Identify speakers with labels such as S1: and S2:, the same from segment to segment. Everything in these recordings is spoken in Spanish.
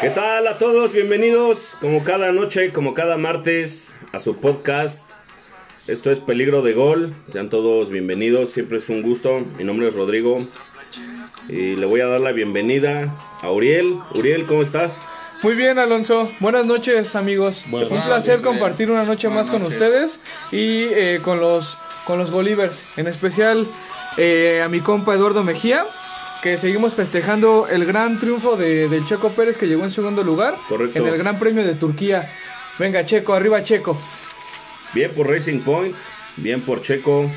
S1: ¿Qué tal a todos? Bienvenidos como cada noche, como cada martes a su podcast. Esto es Peligro de Gol. Sean todos bienvenidos, siempre es un gusto. Mi nombre es Rodrigo y le voy a dar la bienvenida a Uriel. Uriel, ¿cómo estás?
S2: Muy bien, Alonso. Buenas noches, amigos.
S3: Buenas
S2: Un placer
S3: noches. eh.
S2: compartir una noche
S3: Buenas
S2: más con
S3: noches.
S2: ustedes y eh, con los con los Bolívers. En especial eh, a mi compa Eduardo Mejía, que seguimos festejando el gran triunfo de- del Checo Pérez, que llegó en segundo lugar
S1: correcto.
S2: en el Gran Premio de Turquía. Venga, Checo, arriba, Checo.
S1: Bien por Racing Point, bien por Checo.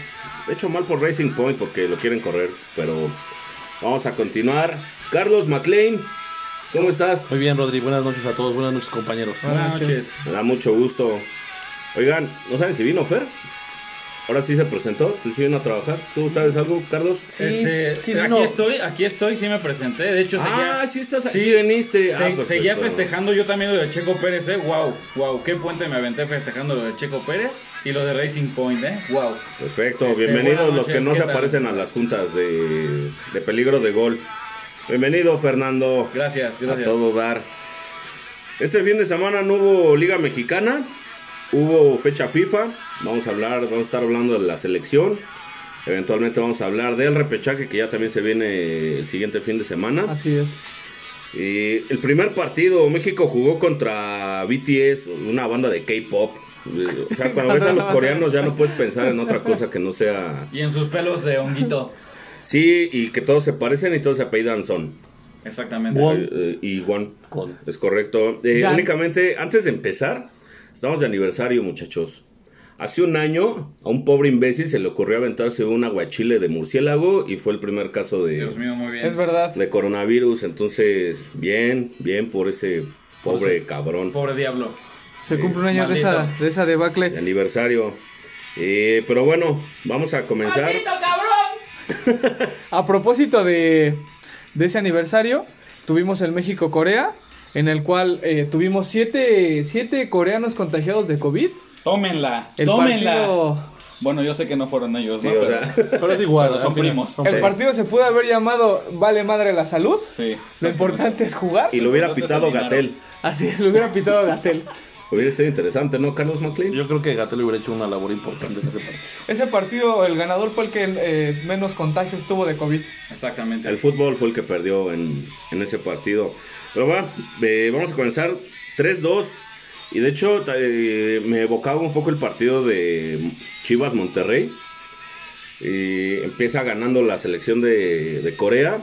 S1: De hecho, mal por Racing Point porque lo quieren correr, pero vamos a continuar. Carlos McLean, ¿cómo estás?
S3: Muy bien, Rodri. Buenas noches a todos. Buenas noches, compañeros.
S2: Buenas noches.
S1: Me da mucho gusto. Oigan, ¿no saben si vino Fer? Ahora sí se presentó, tú sí vino a trabajar. ¿Tú sabes algo, Carlos?
S2: Sí,
S4: Este,
S2: sí,
S4: aquí
S2: no.
S4: estoy, aquí estoy, sí me presenté. De hecho, seguía,
S1: ah, sí estás
S4: sí.
S1: aquí. Sí, veniste. Ah,
S4: se-
S1: perfecto.
S4: seguía festejando yo también lo de Checo Pérez, eh. Wow, wow, qué puente me aventé festejando lo de Checo Pérez y lo de Racing Point, eh. Wow.
S1: Perfecto,
S4: Este,
S1: bienvenidos
S4: buenas
S1: los que
S4: noches,
S1: no
S4: ¿qué
S1: se
S4: tal?
S1: aparecen a las juntas de, de peligro de gol. Bienvenido, Fernando.
S4: Gracias,
S1: A
S4: gracias.
S1: todo dar. Este fin de semana no hubo Liga Mexicana, hubo fecha FIFA. Vamos a hablar, vamos a estar hablando de la selección. Eventualmente vamos a hablar del repechaje que ya también se viene el siguiente fin de semana.
S2: Así es.
S1: Y el primer partido, México jugó contra BTS, una banda de K-pop. O sea, cuando ves a los coreanos ya no puedes pensar en otra cosa que no sea.
S4: Y en sus pelos de honguito.
S1: Sí, y que todos se parecen y todos se apellidan Son.
S4: Exactamente.
S3: Wow.
S1: Eh, eh, y Won.
S3: Con-
S1: Es correcto. Eh,
S2: Ya.
S1: únicamente, antes de empezar, estamos de aniversario, muchachos. Hace un año, a un pobre imbécil se le ocurrió aventarse un aguachile de murciélago y fue el primer caso
S4: Dios
S1: de,
S4: mío, muy bien.
S2: Es verdad.
S1: de coronavirus. Entonces, bien, bien por ese pobre cabrón.
S4: Pobre diablo.
S2: Se cumple un año de
S4: Maldito.
S2: esa, de esa
S1: De
S2: debacle.
S1: aniversario. Eh, pero bueno, vamos a comenzar.
S2: A propósito de, de ese aniversario, tuvimos el México-Corea, en el cual eh, tuvimos siete, siete coreanos contagiados de COVID.
S4: Tómenla,
S2: El
S4: tómenla.
S2: partido,
S4: Bueno, yo sé que no fueron ellos,
S1: Sí,
S4: ¿no?
S1: o sea,
S4: Pero-
S3: Pero es igual.
S4: Pero son
S3: al final,
S4: primos.
S3: son
S2: el
S3: primos.
S2: partido se pudo haber llamado Vale Madre la Salud.
S4: sí.
S2: Lo importante es jugar.
S1: y lo hubiera
S4: ¿Dónde
S1: pitado
S4: se
S1: Gatel.
S2: Así es, lo hubiera pitado Gatel.
S1: Hubiera sido interesante, ¿no, Carlos McLean?
S3: Yo creo que Gatel hubiera hecho una labor importante en ese partido.
S2: Ese partido, el ganador fue el que eh, menos contagios tuvo de COVID.
S4: Exactamente.
S1: El fútbol fue el que perdió en, en ese partido. Pero va, eh, vamos a comenzar 3-2. Y de hecho ta- eh, me evocaba un poco el partido de Chivas Monterrey. Y empieza ganando la selección de, de Corea.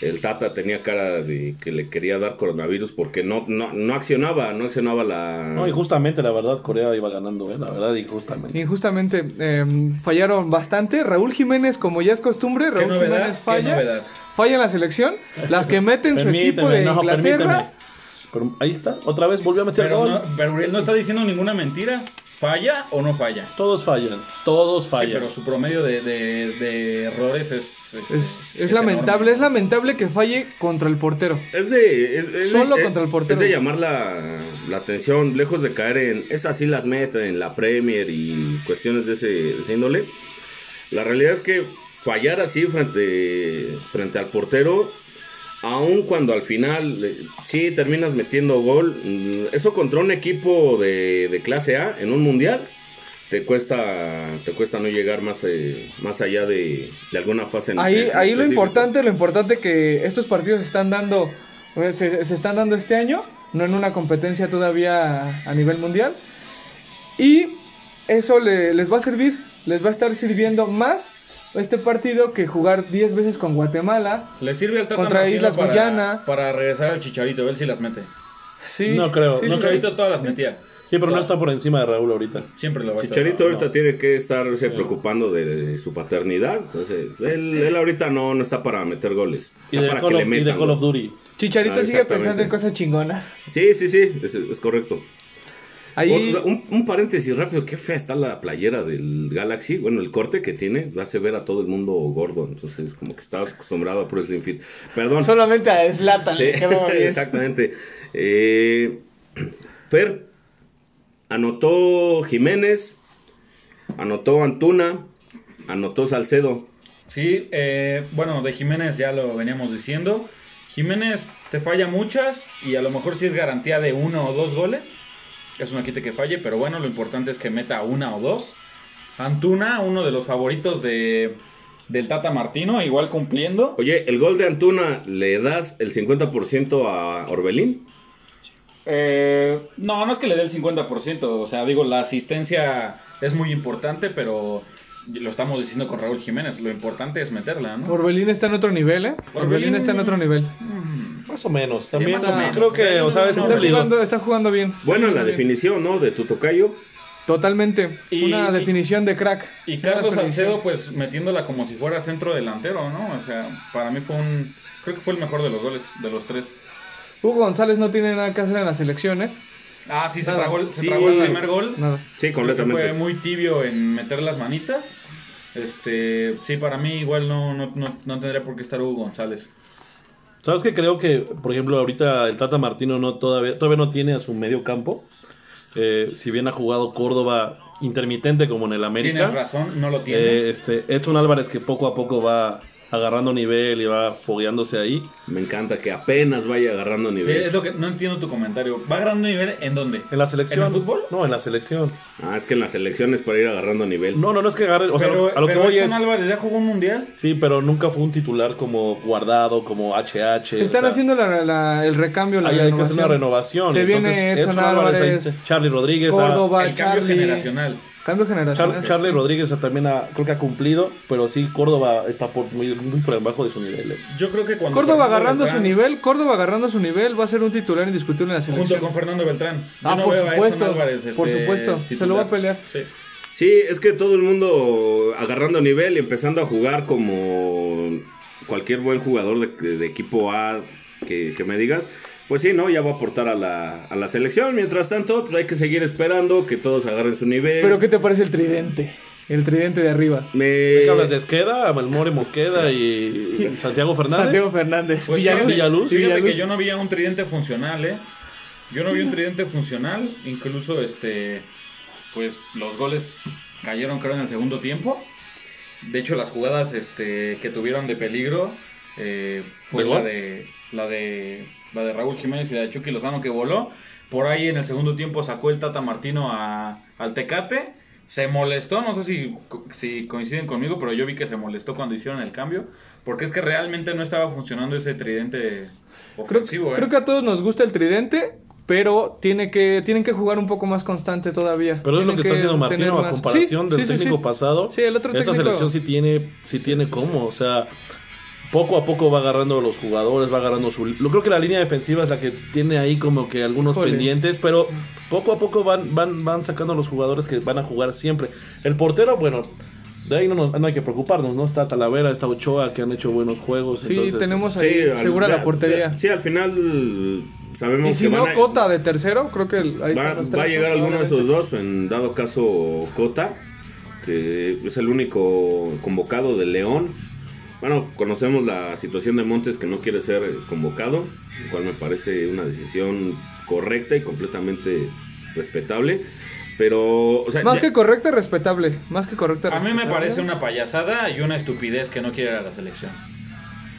S1: El Tata tenía cara de que le quería dar coronavirus porque no, no, no accionaba, no accionaba la...
S3: No, y justamente, la verdad, Corea iba ganando, ¿eh? La verdad, injustamente.
S2: Injustamente eh, fallaron bastante. Raúl Jiménez, como ya es costumbre,
S4: ¿Qué
S2: Raúl
S4: novedad?
S2: Jiménez
S4: ¿Qué
S2: falla.
S4: novedad?
S2: falla en la selección, las que meten su equipo de
S3: no,
S2: Inglaterra.
S3: Pero ahí está, otra vez volvió a meter
S4: Pero,
S3: gol.
S4: no, pero Uriel no está diciendo ninguna mentira. ¿Falla o no falla?
S3: Todos fallan, todos
S4: Sí,
S3: fallan.
S4: pero su promedio de, de- de errores es... este,
S2: Es, es
S4: es
S2: lamentable,
S4: enorme.
S2: es lamentable que falle contra el portero.
S1: Es de. es- es de-
S2: Solo
S1: es-
S2: contra el
S1: Es
S2: portero.
S1: de llamar la, la atención, lejos de caer en. Esas sí las meten, en la Premier y cuestiones de ese, de ese índole. La realidad es que fallar así frente, frente al portero, aun cuando al final eh, sí terminas metiendo gol, mm, eso contra un equipo de, de clase A en un mundial. Te cuesta, te cuesta no llegar más, eh, más allá de, de alguna fase. en- en
S2: Ahí, ahí lo
S1: específico.
S2: importante, lo importante que estos partidos se están dando, eh, se, se están dando este año, no en una competencia todavía a nivel mundial. Y eso le- les va a servir, les va a estar sirviendo más este partido que jugar 10 veces con Guatemala.
S4: Le sirve al Tata
S2: Contra
S4: Martino
S2: Islas
S4: para,
S2: Guyana.
S4: para regresar al Chicharito, él sí las mete.
S2: Sí,
S3: No creo,
S2: sí,
S3: no
S2: sí, sí.
S3: creo.
S4: Chicharito todas las metía.
S3: Sí, pero no
S4: Todas.
S3: está por encima de Raúl ahorita.
S4: Siempre lo va a estar.
S1: Chicharito
S4: Pues, No,
S1: ahorita tiene que estarse preocupando de su paternidad. Entonces, él, él ahorita no, no está para meter goles.
S3: Y
S1: está
S3: de,
S1: para
S3: Call
S1: que
S3: of,
S1: le
S3: y de
S1: metan.
S3: Call
S1: ¿no?
S3: of Duty.
S2: Chicharito
S1: Ah,
S2: sigue
S1: exactamente.
S2: pensando en cosas chingonas.
S1: Sí, sí, sí, es, es correcto.
S2: Ahí,
S1: O- Un, un paréntesis rápido, qué fea está la playera del Galaxy. Bueno, el corte que tiene lo hace ver a todo el mundo gordo. Entonces, como que estabas acostumbrado a puro Slim Fit. Perdón.
S2: solamente a Zlatan
S1: Sí,
S2: le quedó bien.
S1: exactamente. Eh, Fer, anotó Jiménez, anotó Antuna, anotó Salcedo.
S4: Sí, eh, bueno, de Jiménez ya lo veníamos diciendo. Jiménez te falla muchas y a lo mejor sí es garantía de uno o dos goles. Es una quite que falle, pero bueno, lo importante es que meta una o dos. Antuna, uno de los favoritos de, del Tata Martino, igual cumpliendo.
S1: Oye, ¿el gol de Antuna le das el 50% a Orbelín?
S4: Eh, no, no es que le dé el 50%, o sea, digo, la asistencia es muy importante, pero lo estamos diciendo con Raúl Jiménez, lo importante es meterla, ¿no?
S2: Orbelín está en otro nivel, ¿eh?
S4: Orbelín-
S2: Orbelín está en otro nivel.
S3: Más o menos, también.
S4: más o
S3: ah,
S4: menos.
S3: Creo que, o sea, es
S2: Está
S4: No, Orbelín.
S3: cumplido.
S2: jugando, está jugando bien.
S1: Buena
S2: Sí,
S1: la
S2: muy bien.
S1: definición, ¿no? De tu tocayo.
S2: Totalmente.
S4: Y-
S2: Una definición de crack.
S4: Y
S2: Una
S4: Carlos
S2: definición.
S4: Salcedo, pues metiéndola como si fuera centro delantero, ¿no? O sea, para mí fue un. Creo que fue el mejor de los goles, de los tres.
S2: Hugo González no tiene nada que hacer en la selección, ¿eh?
S4: Ah, sí, se,
S2: Nada.
S4: tragó, el- se
S1: Sí.
S4: tragó el primer gol.
S2: Nada.
S1: Sí,
S4: Creo que Fue
S1: completamente.
S4: muy tibio en meter las manitas. Este, sí, para mí igual no, no, no, no tendría por qué estar Hugo González.
S3: ¿Sabes qué? Creo que, por ejemplo, ahorita el Tata Martino no todavía, todavía no tiene a su medio campo. Eh, si bien ha jugado Córdoba intermitente como en el América.
S4: Tienes razón, no lo tiene.
S3: Eh, este, Edson Álvarez que poco a poco va agarrando nivel y va fogueándose ahí.
S1: Me encanta que apenas vaya agarrando
S4: Sí,
S1: nivel.
S4: es lo que no entiendo tu comentario. ¿Va agarrando nivel en dónde?
S3: ¿En la selección?
S4: ¿En el fútbol?
S3: No, en la selección.
S1: Ah, es que en las elecciones para ir agarrando nivel.
S3: No, no, no es que agarre. O sea,
S4: pero
S3: a lo que
S4: pero
S3: voy
S4: Edson
S3: es.
S4: Álvarez ya jugó un mundial.
S3: Sí, pero nunca fue un titular como guardado, como HH.
S2: Están
S3: o sea,
S2: haciendo la- la- el recambio, la
S3: ahí hay que hacer una renovación.
S2: Se
S3: Entonces,
S2: viene Edson,
S3: ahí
S2: Álvarez,
S3: está. Charlie Rodríguez. ha-
S2: Córdoba,
S4: el cambio
S2: Charlie.
S4: generacional.
S2: Cambio
S3: Char-
S2: generacional.
S3: Charlie Rodríguez ah, también ha- creo que ha cumplido, pero sí, Córdoba está por muy, muy por debajo de su nivel. eh.
S4: Yo creo que cuando.
S2: Córdoba
S4: Fernando
S2: agarrando
S4: Beltrán-
S2: su nivel, Córdoba agarrando su nivel, va a ser un titular indiscutible en la
S4: Junto
S2: selección.
S4: con Fernando Beltrán. Yo
S2: Pues Ah, por
S4: veo a Edson
S2: supuesto, por
S4: este,
S2: supuesto, se lo va a pelear.
S4: Sí. Pues,
S1: Sí, es que todo el mundo agarrando nivel y empezando a jugar como cualquier buen jugador de, de equipo A que, que me digas. Pues sí, ¿no? Ya va a aportar a la, a la selección. Mientras tanto, pues hay que seguir esperando que todos agarren su nivel.
S2: Pero ¿qué te parece el tridente? El tridente de arriba.
S1: Me...
S3: ¿Qué hablas de Esqueda, Malmore Mosqueda y Santiago Fernández?
S2: Santiago Fernández.
S4: Pues
S3: Villaluz.
S4: fíjate-
S3: Villaluz.
S4: Fíjate
S2: Villaluz.
S4: que yo no vi a un tridente funcional, ¿eh? Yo no vi un tridente funcional. Incluso, este, pues los goles cayeron, creo, en el segundo tiempo. De hecho, las jugadas este, que tuvieron de peligro eh, fue
S3: ¿De
S4: la
S3: gol?
S4: de, la, de, la de Raúl Jiménez y la de Chucky Lozano que voló. Por ahí en el segundo tiempo sacó el Tata Martino a, al Tecate. Se molestó, no sé si, co- si coinciden conmigo, pero yo vi que se molestó cuando hicieron el cambio. Porque es que realmente no estaba funcionando ese tridente
S2: Creo,
S4: ofensivo. ¿eh?
S2: creo que a todos nos gusta el tridente, pero tiene que, tienen que jugar un poco más constante todavía.
S3: Pero es lo
S2: Tienen
S3: que está haciendo
S2: tener
S3: Martino a
S2: más- Sí,
S3: comparación del
S2: sí, sí,
S3: técnico
S2: sí.
S3: pasado.
S2: Sí, el otro
S3: Esta
S2: técnico-
S3: selección sí tiene, sí tiene cómo, o sea, poco a poco va agarrando a los jugadores, va agarrando su... Yo creo que la línea defensiva es la que tiene ahí como que algunos
S2: Híjole.
S3: pendientes, pero poco a poco van, van, van sacando a los jugadores que van a jugar siempre. El portero, bueno, de ahí no, nos- no hay que preocuparnos, ¿no? Está Talavera, está Ochoa, que han hecho buenos juegos.
S2: Sí,
S3: entonces-
S2: tenemos
S1: Sí,
S2: ahí
S1: al-
S2: segura
S1: ya-
S2: la portería.
S1: ya- Sí, al final mm, sabemos
S2: y si
S1: que van
S2: no,
S1: a-
S2: Cota de tercero, creo que el- ahí
S1: va,
S2: están los
S1: va a
S2: tres,
S1: llegar alguno de
S2: probablemente.
S1: esos dos, en dado caso Cota, que es el único convocado de León. Bueno, conocemos la situación de Montes que no quiere ser convocado, lo cual me parece una decisión correcta y completamente respetable. Pero, o sea,
S2: Más
S1: ya-
S2: que correcta, respetable. Más que correcta,
S4: A mí me
S2: respetable.
S4: parece una payasada y una estupidez que no quiere ir a la selección.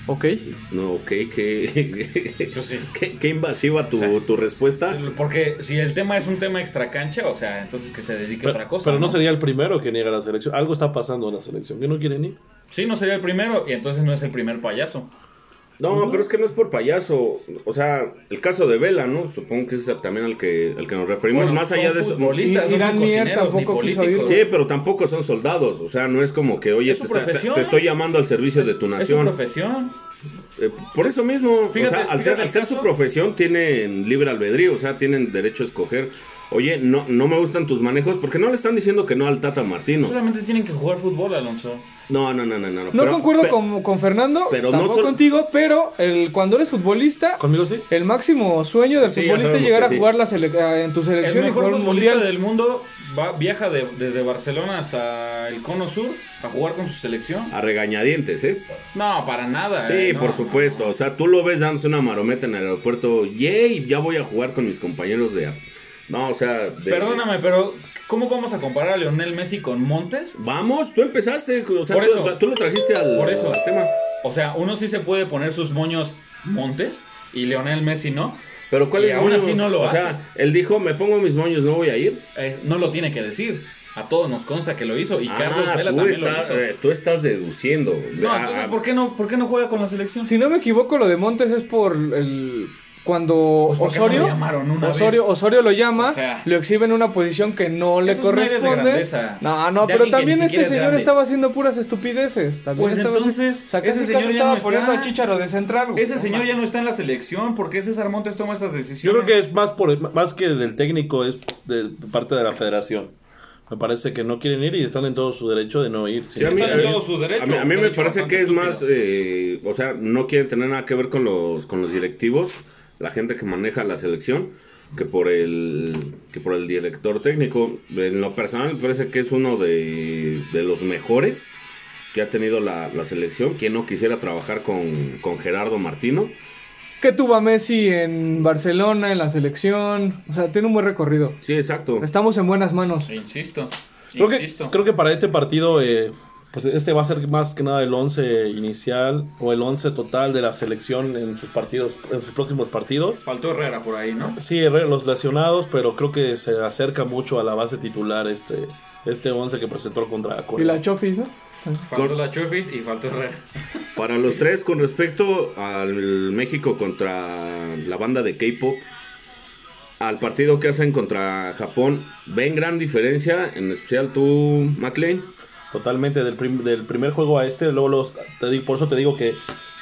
S2: Ok.
S1: no, que, que,
S4: Pues sí.
S1: qué- qué invasiva tu,
S4: O sea,
S1: tu respuesta.
S4: Porque si el tema es un tema extra cancha, o sea, entonces que se dedique a
S3: Pero,
S4: otra cosa.
S3: pero no sería el primero que niega la selección. Algo está pasando en la selección, que no quieren ir.
S4: Sí, no sería el primero y entonces no es el primer payaso.
S1: No, pero es que no es por payaso. O sea, el caso de Vela, ¿no? Supongo que es también al que, al que nos referimos.
S4: Bueno,
S1: Más allá
S4: son
S1: de eso.
S4: futbolistas,
S2: Y-
S4: no
S2: Irán
S4: son
S2: Mier
S4: cocineros ni
S2: tampoco quiso ir.
S4: políticos.
S1: Sí, pero tampoco son soldados. O sea, no es como que, oye,
S4: Es
S1: te,
S4: su
S1: está- te-
S4: profesión.
S1: te estoy llamando al servicio de tu
S4: Es su
S1: nación.
S4: profesión.
S1: Eh, por eso mismo,
S4: Fíjate-
S1: o sea, al
S4: fíjate
S1: ser, al
S4: el
S1: ser
S4: caso.
S1: su profesión, tienen libre albedrío. O sea, tienen derecho a escoger. Oye, no, no me gustan tus manejos porque no le están diciendo que no al Tata Martino.
S4: Solamente tienen que jugar fútbol, Alonso.
S1: No, no, no, no, no.
S2: No
S1: pero-
S2: concuerdo
S1: pe-
S2: con, con Fernando,
S1: pero no
S2: tampoco
S1: sol-
S2: contigo, pero el, cuando eres futbolista,
S3: ¿Conmigo sí?
S2: el máximo sueño del
S1: Sí, ya
S2: futbolista es
S1: sabemos
S2: llegar
S1: que
S2: a
S1: sí.
S2: jugar la sele- a- en tu
S4: El
S2: selección y
S4: mejor
S2: jugar un
S4: futbolista
S2: mundial.
S4: del mundo va, viaja de- desde Barcelona hasta el Cono Sur a jugar con su selección.
S1: A regañadientes, ¿eh?
S4: No, para nada.
S1: Ah. Sí,
S4: eh, no,
S1: por
S4: no,
S1: supuesto. O sea, tú lo ves dándose una marometa en el aeropuerto. Yay, ya voy a jugar con mis compañeros de, No, o sea. de-
S4: Perdóname, pero ¿cómo vamos a comparar a Lionel Messi con Montes?
S1: Vamos, tú empezaste. O sea,
S4: Por
S1: tú,
S4: eso.
S1: tú lo trajiste al,
S4: Por eso.
S1: al tema.
S4: O sea, uno sí se puede poner sus moños Montes y Lionel Messi no.
S1: Pero ¿cuál
S4: Y
S1: es
S4: aún así no lo
S1: o sea, él dijo, me pongo mis moños, no voy a ir.
S4: Es- no lo tiene que decir. A todos nos consta que lo hizo y
S1: Ah,
S4: Carlos Vela
S1: tú,
S4: también
S1: estás,
S4: lo hizo.
S1: eh, tú estás deduciendo.
S4: No,
S1: Ah,
S4: entonces,
S1: ah,
S4: ¿por qué no, por qué no juega con la selección?
S2: Si no me equivoco, lo de Montes es por el. Cuando
S4: Pues, ¿por qué no
S2: Osorio,
S4: lo llamaron una
S2: Osorio,
S4: vez?
S2: Osorio lo llama,
S4: O sea.
S2: lo exhibe en una posición que no le
S4: Eso es un aire de
S2: corresponde.
S4: grandeza.
S2: no, no,
S4: De
S2: pero
S4: alguien que
S2: también este
S4: ni siquiera es
S2: señor
S4: grande.
S2: estaba haciendo puras estupideces. También
S4: Pues,
S2: estaba-
S4: entonces,
S2: o sea, casi,
S4: ese
S2: casi
S4: señor ya
S2: estaba
S4: no
S2: poniendo
S4: está.
S2: a Chicharo de central. güey.
S4: Ese
S2: No
S4: señor
S2: mames.
S4: ya no está en la selección. ¿Por qué César Montes toma estas decisiones?
S3: Yo creo que es más por más que del técnico, es de parte de la federación. Me parece que no quieren ir y están en todo su derecho de no ir.
S1: sí, a mí, eh,
S4: Están en
S1: a-
S4: todo su derecho,
S1: a mí- a mí me
S4: derecho
S1: parece
S4: bastante
S1: que es más,
S4: estúpido.
S1: eh, o sea, no quieren tener nada que ver con los, con los directivos, la gente que maneja la selección, que por el, que por el director técnico. En lo personal me parece que es uno de, de los mejores que ha tenido la, la selección. Quien no quisiera trabajar con, con Gerardo Martino.
S2: Que tuvo a Messi en Barcelona, en la selección. O sea, tiene un buen recorrido.
S1: Sí, exacto.
S2: Estamos en buenas manos.
S4: Insisto.
S3: Creo que,
S4: insisto.
S3: creo que para este partido, eh, pues este va a ser más que nada el 11 inicial o el 11 total de la selección en sus partidos, en sus próximos partidos.
S4: Faltó Herrera por ahí, ¿no?
S3: Sí, re- los lesionados, pero creo que se acerca mucho a la base titular este este 11 que presentó contra
S2: Y
S3: Corea.
S2: la Chofis, ¿no?
S4: Faltó la Chofis y faltó Herrera.
S1: Para los tres, con respecto al México contra la banda de K-pop, al partido que hacen contra Japón, ¿ven gran diferencia? En especial tú, McLean.
S3: Totalmente, del, prim- del primer juego a este, luego los, te di- por eso te digo que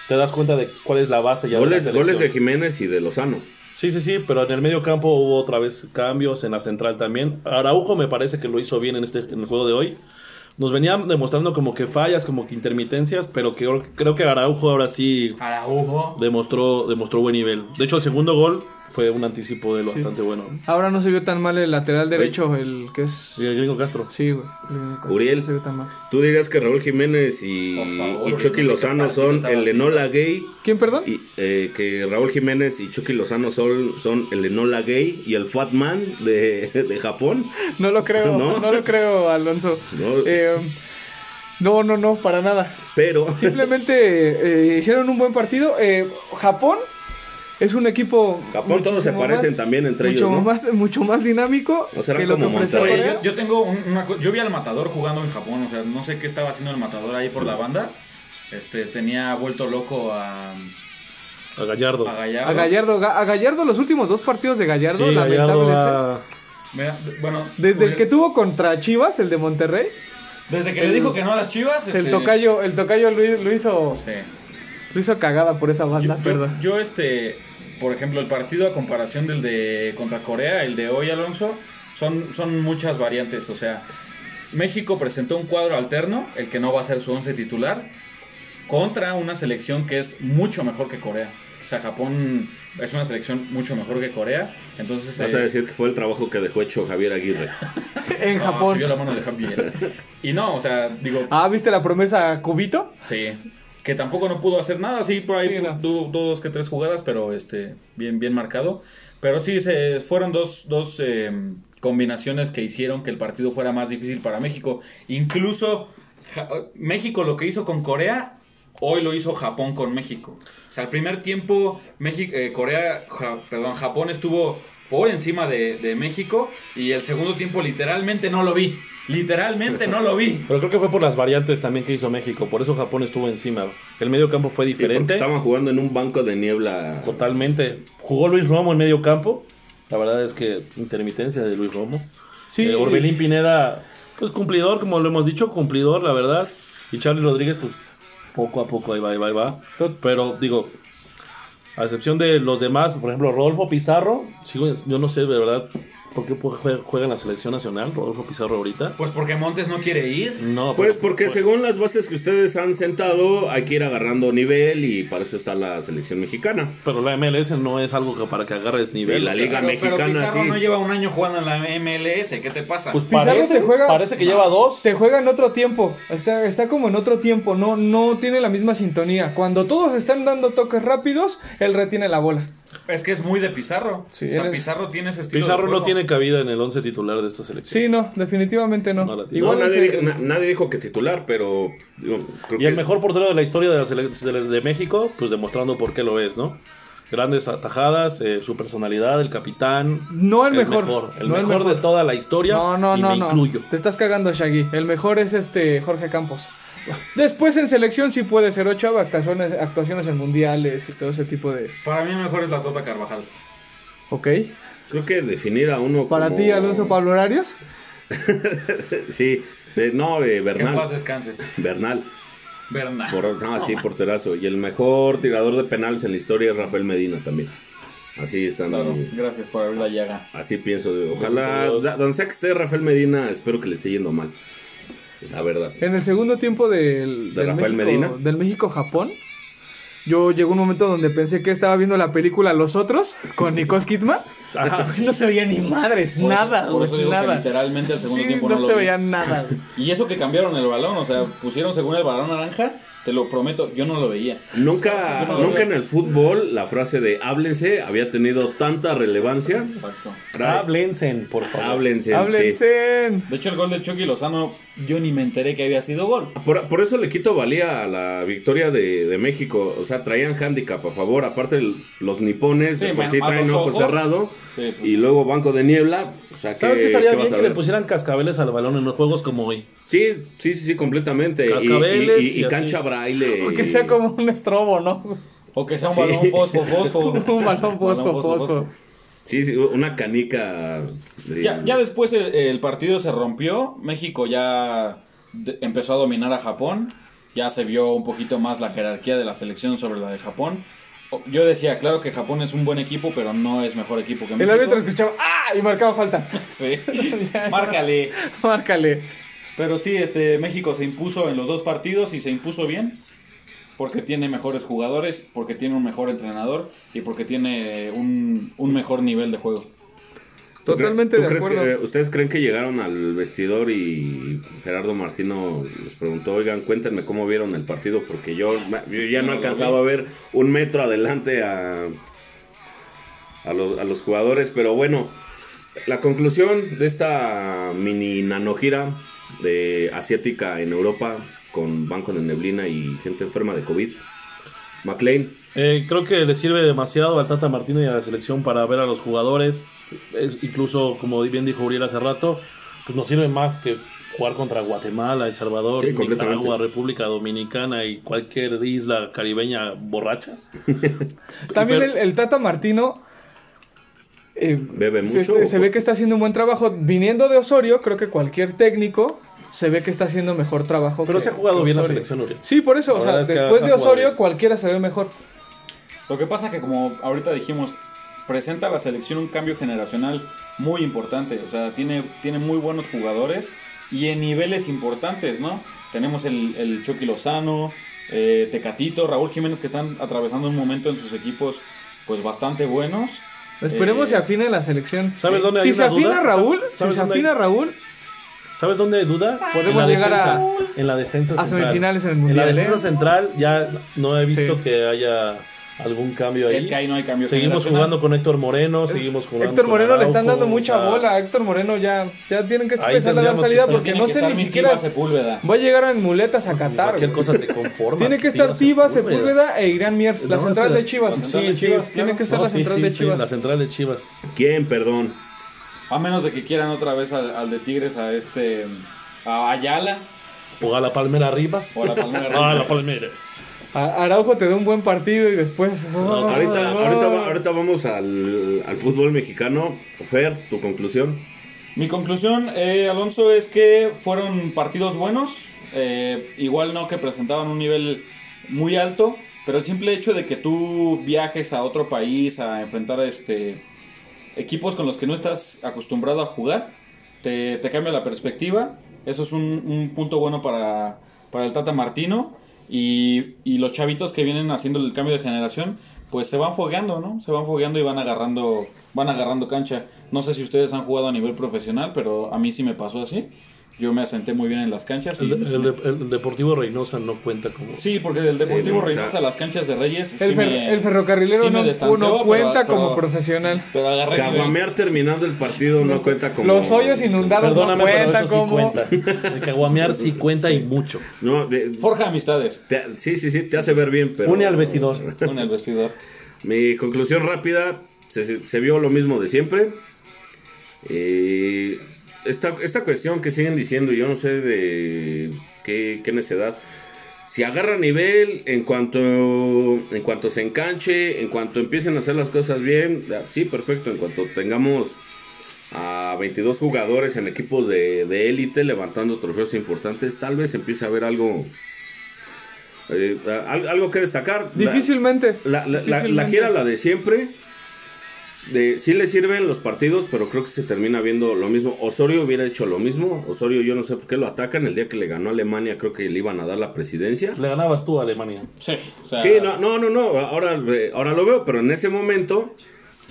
S3: te das cuenta de cuál es la base ya
S1: Goles,
S3: de la selección.
S1: goles de Jiménez y de Lozano.
S3: Sí, sí, sí, pero en el medio campo hubo otra vez cambios, en la central también. Araujo me parece que lo hizo bien en, este, en el juego de hoy. Nos venía demostrando como que fallas, como que intermitencias, pero que, creo que Araujo ahora sí
S4: Araujo.
S3: demostró, demostró buen nivel. De hecho, el segundo gol fue un anticipo de él bastante bueno.
S2: Ahora no se vio tan mal el lateral derecho, el que es.
S3: Y el gringo Castro.
S2: Sí, güey.
S1: Uriel.
S2: No se vio tan mal.
S1: ¿Tú dirías que Raúl Jiménez y,
S4: Por favor,
S1: y Chucky
S4: no sé qué
S1: Lozano
S4: partido
S1: son
S4: estaba
S1: el
S4: haciendo.
S1: Enola Gay?
S2: ¿Quién, perdón?
S1: Y, eh, que Raúl Jiménez y Chucky Lozano son, son el Enola Gay y el Fat Man de, de Japón.
S2: No lo creo,
S1: ¿No?
S2: no, lo creo, Alonso.
S1: No.
S2: Eh, no, no, no, para nada.
S1: Pero
S2: Simplemente eh, hicieron un buen partido. Eh, Japón es un equipo.
S1: Japón, todos se
S2: muchísimo
S1: parecen también entre ellos,
S2: mucho
S1: ¿no?
S2: Más, mucho más dinámico.
S1: ¿No serán
S2: que lo que
S1: como
S2: ofreció
S1: Monterrey?
S4: Oye,
S2: Corea.
S4: Eh, yo, yo tengo un- una co- yo vi al matador jugando en Japón, o sea, no sé qué estaba haciendo el matador ahí por la banda. Este, tenía vuelto loco a, a
S3: A Gallardo.
S4: Gallardo.
S2: A Gallardo, Ga- a Gallardo, los últimos dos partidos de
S3: Sí,
S2: Gallardo,
S3: Gallardo
S2: lamentable ser.
S3: va-
S4: Mira, de- bueno,
S2: Desde el
S4: pues,
S2: que tuvo contra Chivas, el de Monterrey,
S4: desde que
S2: el-
S4: le dijo que no a las Chivas,
S2: el
S4: este,
S2: tocayo, el tocayo lo, hi- lo hizo,
S4: sí.
S2: lo hizo cagada por esa
S4: Yo-
S2: banda,
S4: yo,
S2: perdón.
S4: yo, este, por ejemplo, el partido a comparación del de contra Corea, el de hoy Alonso, son, son muchas variantes. O sea, México presentó un cuadro alterno, el que no va a ser su once titular, contra una selección que es mucho mejor que Corea. O sea, Japón es una selección mucho mejor que Corea. Entonces,
S1: vas
S4: eh,
S1: a decir que fue el trabajo que dejó hecho Javier Aguirre.
S2: en
S4: no, se
S2: Japón.
S4: vio la mano de Javier. Y no, o sea, digo,
S2: Ah, ¿viste la promesa a Cubito?
S4: sí. Que tampoco no pudo hacer nada, sí, por ahí
S2: Sí, no.
S4: tuvo dos que tres jugadas, pero este, bien, bien marcado. Pero sí, se, fueron dos, dos eh, combinaciones que hicieron que el partido fuera más difícil para México. Incluso Ja- eh, México lo que hizo con Corea, hoy lo hizo Japón con México. O sea, al primer tiempo, México, Corea, Ja- perdón, Japón estuvo por encima de, de México y el segundo tiempo literalmente no lo vi. Literalmente no lo vi.
S3: Pero creo que fue por las variantes también que hizo México. Por eso Japón estuvo encima. El medio campo fue
S1: Sí, porque
S3: diferente.
S1: estaban jugando en un banco de niebla.
S3: Totalmente. Jugó Luis Romo en medio campo. La verdad es que intermitencia de Luis Romo.
S2: Sí.
S3: Eh, Orbelín Pineda, pues cumplidor, como lo hemos dicho, cumplidor, la verdad. Y Charlie Rodríguez, pues poco a poco, ahí va, ahí va, ahí va. Pero digo, a excepción de los demás, por ejemplo, Rodolfo Pizarro, sigo- yo no sé de verdad por qué jue- juega en la selección nacional, Rodolfo Pizarro ahorita.
S4: Pues porque Montes no quiere ir.
S3: No,
S1: Pues
S3: pero-
S1: porque
S3: pues,
S1: según las bases que ustedes han sentado, hay que ir agarrando nivel y para eso está la selección mexicana.
S3: Pero la MLS no es algo que para que agarres nivel.
S1: Sí, la
S3: o sea,
S1: Liga
S4: pero, pero
S1: Mexicana,
S4: Pizarro
S1: sí.
S4: no lleva un año jugando en la MLS. ¿Qué te pasa?
S3: Pues
S2: Pizarro
S3: parece,
S2: se juega-
S3: parece que lleva dos.
S2: Se juega en otro tiempo, está, está como en otro tiempo, no, no tiene la misma sintonía. Cuando todos están dando toques rápidos, él retiene la bola.
S4: Es que es muy de Pizarro.
S2: Sí,
S4: o sea,
S2: eres-
S4: Pizarro tiene ese estilo. de
S3: Pizarro no
S4: juego.
S3: tiene cabida en el 11 titular de esta selección.
S2: Sí, no, definitivamente no.
S3: No la tiene.
S1: No,
S2: Igual
S1: nadie,
S2: es
S1: dijo,
S2: el-
S1: na- nadie dijo que titular, pero digo, creo
S3: Y el
S1: que-
S3: mejor portero de la historia de, la sele- de- de México, pues demostrando por qué lo es, ¿no? Grandes atajadas, eh, su personalidad, el capitán.
S2: No el mejor.
S3: el,
S2: No el
S3: mejor
S2: mejor.
S3: de toda la historia.
S2: No, no,
S3: y
S2: no,
S3: me
S2: no.
S3: incluyo.
S2: Te estás cagando, Shaggy. El mejor es este Jorge Campos. Después en selección sí puede ser ocho actuaciones, actuaciones en mundiales y todo ese tipo de...
S4: Para mí mejor es la Tota Carvajal.
S2: Ok.
S1: creo que definir a uno
S2: Para
S1: como- Eh,
S2: ti, Alonso Pablo Horarios.
S1: sí, de- no, de
S4: Que en paz
S1: Bernal.
S4: descanse.
S1: Bernal.
S4: Bernal.
S1: Por, no, sí, porterazo. Y el mejor tirador de penales en la historia es Rafael Medina también. Así están.
S4: Claro, gracias por abrir la llaga.
S1: Así pienso. Ojalá.
S3: Dios.
S1: da- Don sea que esté Rafael Medina, espero que le esté yendo mal. La verdad.
S2: En el segundo tiempo del,
S1: ¿De
S2: del
S1: Rafael
S2: México-
S1: Medina?
S2: del México-Japón, yo llegó un momento donde pensé que estaba viendo la película Los Otros con Nicole Kidman.
S3: Ajá.
S2: No se veía ni madres,
S4: Por eso-
S2: nada,
S4: por eso
S2: güey,
S4: digo que
S2: nada.
S4: literalmente el segundo
S2: Sí,
S4: tiempo
S2: no,
S4: no, lo
S2: se
S4: vi.
S2: veía nada. güey.
S4: Y eso que cambiaron el balón, o sea, pusieron según el balón naranja, te lo prometo, yo no lo veía.
S1: Nunca, nunca en el fútbol la frase de háblense había tenido tanta relevancia.
S4: Exacto.
S1: Ra-
S3: Háblense, por favor.
S1: Háblense. sí.
S2: Háblense.
S4: De hecho, el gol de Chucky Lozano, yo ni me enteré que había sido gol.
S1: Por, por eso le quito valía a la victoria de, de México. O sea, traían handicap a favor. Aparte, el- los nipones
S4: Sí,
S1: de por
S4: bueno,
S1: sí
S4: más
S1: traen
S4: los
S1: ojo
S4: ojos.
S1: cerrado.
S4: Sí, pues.
S1: Y luego Banco de Niebla. O sea, ¿qué,
S3: ¿Sabes qué estaría
S1: qué
S3: bien
S1: vas a
S3: que le
S1: ver?
S3: pusieran cascabeles al balón en los juegos como hoy?
S1: Sí, sí, sí, sí, completamente. Y- Y,
S3: Cascabeles
S1: y- y
S3: y así.
S1: cancha braille.
S2: Que
S1: y-
S2: sea como un estrobo, ¿no?
S4: O que sea un
S1: Sí.
S4: balón fosfo, fosfo.
S2: Un balón fosfo, fosfo.
S1: Sí, sí, una canica. de-
S4: Ya, ya después el, el partido se rompió, México ya de- empezó a dominar a Japón, ya se vio un poquito más la jerarquía de la selección sobre la de Japón. O- Yo decía, claro que Japón es un buen equipo, pero no es mejor equipo que
S2: El
S4: México.
S2: árbitro escuchaba ¡Ah! Y marcaba falta.
S4: Sí. Márcale.
S2: Márcale.
S4: Pero sí, este México se impuso en los dos partidos y se impuso bien. Porque tiene mejores jugadores, porque tiene un mejor entrenador y porque tiene un, un mejor nivel de juego.
S1: ¿Tú cre-
S2: Totalmente
S1: tú
S2: de
S1: crees que-
S2: acuerdo.
S1: eh, ¿Ustedes creen que llegaron al vestidor y Gerardo Martino les preguntó, oigan, cuéntenme cómo vieron el partido? Porque yo, ma- yo ya no
S4: No lo
S1: alcanzaba a ver un metro adelante a, a, los, a los jugadores, pero bueno, la conclusión de esta mini nanogira de asiática en Europa con Banco de Neblina y gente enferma de COVID. McLean,
S3: Eh, creo que le sirve demasiado al Tata Martino y a la selección para ver a los jugadores. Es- incluso, como bien dijo Uriel hace rato, pues nos sirve más que jugar contra Guatemala, El Salvador,
S1: Sí, completamente.
S3: Nicaragua, República Dominicana y cualquier isla caribeña borracha.
S2: También
S3: Pero-
S2: el, el Tata Martino. eh,
S1: ¿Bebe
S2: se-
S1: mucho
S2: Se,
S1: o
S2: se ve
S1: poco?
S2: que está haciendo un buen trabajo. Viniendo de Osorio, creo que cualquier técnico se ve que está haciendo mejor trabajo.
S3: Pero
S2: que-
S3: se ha jugado
S2: que
S3: bien la
S2: Osorio.
S3: selección, Uriel.
S2: Sí, por eso.
S3: La
S2: o sea,
S3: verdad es que
S2: después
S3: ha
S2: de
S3: jugado
S2: Osorio,
S3: bien.
S2: cualquiera se ve mejor.
S4: Lo que pasa que como ahorita dijimos, presenta a la selección un cambio generacional muy importante. O sea, tiene, tiene muy buenos jugadores y en niveles importantes, ¿no? Tenemos el, el Chucky Lozano, eh, Tecatito, Raúl Jiménez que están atravesando un momento en sus equipos pues bastante buenos.
S2: Esperemos se
S4: Eh,
S2: afine la selección.
S3: ¿Sabes dónde hay
S2: si se
S3: una
S2: afina
S3: duda?
S2: Raúl, si
S3: ¿Sabes
S2: se
S3: dónde
S2: afina
S3: hay-
S2: Raúl,
S3: ¿Sabes dónde hay duda?
S2: Podemos
S3: En la
S2: llegar a-
S3: defensa- en la defensa
S2: a
S3: central.
S2: semifinales en el
S3: En
S2: Mundial,
S3: la defensa
S2: ¿eh?
S3: central ya no he visto
S2: Sí.
S3: que haya algún cambio ahí.
S4: Es que ahí no hay cambio
S3: seguimos
S4: generacional.
S3: jugando con Héctor Moreno, seguimos jugando
S2: Héctor
S3: con
S2: Moreno le están
S3: Araujo,
S2: dando mucha
S3: o sea,
S2: bola. Héctor Moreno ya, ya tienen que empezar a
S3: Ahí
S2: dar
S3: tendríamos que
S2: salida
S3: estar-
S2: porque
S4: tiene
S2: no
S4: que
S2: sé
S4: estar
S2: ni
S4: mi
S2: siquiera.
S4: Tiva Sepúlveda.
S2: Va a llegar en muletas a Qatar.
S3: Cualquier
S2: güey.
S3: cosa te conformas.
S2: Tiene que estar Tiva,
S3: Tiva,
S2: Sepúlveda e Irán Mier. La
S3: No,
S2: central
S3: es que-
S2: de Chivas.
S4: la
S2: Sí,
S4: central
S2: sí,
S4: de Chivas,
S2: tiene
S4: claro.
S2: que estar
S3: No,
S2: la
S3: sí,
S2: central
S3: sí,
S2: de
S3: sí,
S2: Chivas.
S3: la central de Chivas.
S1: ¿quién, perdón?
S4: A menos de que quieran otra vez al, al de Tigres, a este, a Ayala
S3: O a la Palmera Rivas.
S4: o a la Palmera.
S3: Ah, la
S4: Reyes.
S3: Palmera.
S2: A- Araujo te da un buen partido y después.
S3: No,
S1: Ahorita,
S2: Oh,
S1: ahorita, va- ahorita vamos al, al fútbol mexicano. Fer, tu conclusión.
S4: Mi conclusión, eh, Alonso, es que fueron partidos buenos, eh, igual no que presentaban un nivel muy alto, pero el simple hecho de que tú viajes a otro país a enfrentar este, equipos con los que no estás acostumbrado a jugar, te, te cambia la perspectiva. Eso es un, un punto bueno para, para el Tata Martino. Y, y los chavitos que vienen haciendo el cambio de generación, pues se van fogueando, ¿no? Se van fogueando y van agarrando, van agarrando cancha. No sé si ustedes han jugado a nivel profesional, pero a mí sí me pasó así. Yo me asenté muy bien en las canchas. y-
S3: El, el de- el Deportivo Reynosa no cuenta como.
S4: Sí, porque el Deportivo
S1: Sí, no, o sea-
S4: Reynosa, las canchas de Reyes. sí
S2: El, fer-
S4: me-
S2: el ferrocarrilero
S4: sí me
S2: no,
S4: destanteó,
S2: no
S4: pero-
S2: cuenta
S4: pero-
S2: como profesional.
S4: Pero agarré.
S1: Caguamear terminando el partido no cuenta como.
S2: Los hoyos inundados
S3: Perdóname,
S2: no
S3: pero
S2: cuenta
S3: eso sí
S2: como.
S3: cuenta. El caguamear sí cuenta y mucho.
S1: No, de-
S4: Forja amistades
S1: te- sí, sí, sí, te hace ver bien, pero.
S3: Une al vestidor.
S4: con el vestidor.
S1: Mi conclusión rápida, se, se- se vio lo mismo de siempre. Eh, esta, esta cuestión que siguen diciendo, yo no sé de qué, qué necedad. Si agarra nivel en cuanto, en cuanto se enganche, en cuanto empiecen a hacer las cosas bien, ya, sí, perfecto. En cuanto tengamos a 22 jugadores en equipos de de élite levantando trofeos importantes, tal vez empiece a haber algo, eh, al- algo que destacar. La-
S2: ah, Difícilmente.
S1: la, la, la, la
S2: Difícilmente.
S1: gira, la de siempre. De, sí le sirven los partidos, pero creo que se termina viendo lo mismo. Osorio hubiera hecho lo mismo. Osorio, yo no sé por qué lo atacan. El día que le ganó a Alemania, creo que le iban a dar la presidencia.
S3: Le ganabas tú a Alemania.
S4: Sí, o sea,
S1: Sí, no, no, no, no. Ahora, eh, ahora lo veo, pero en ese momento.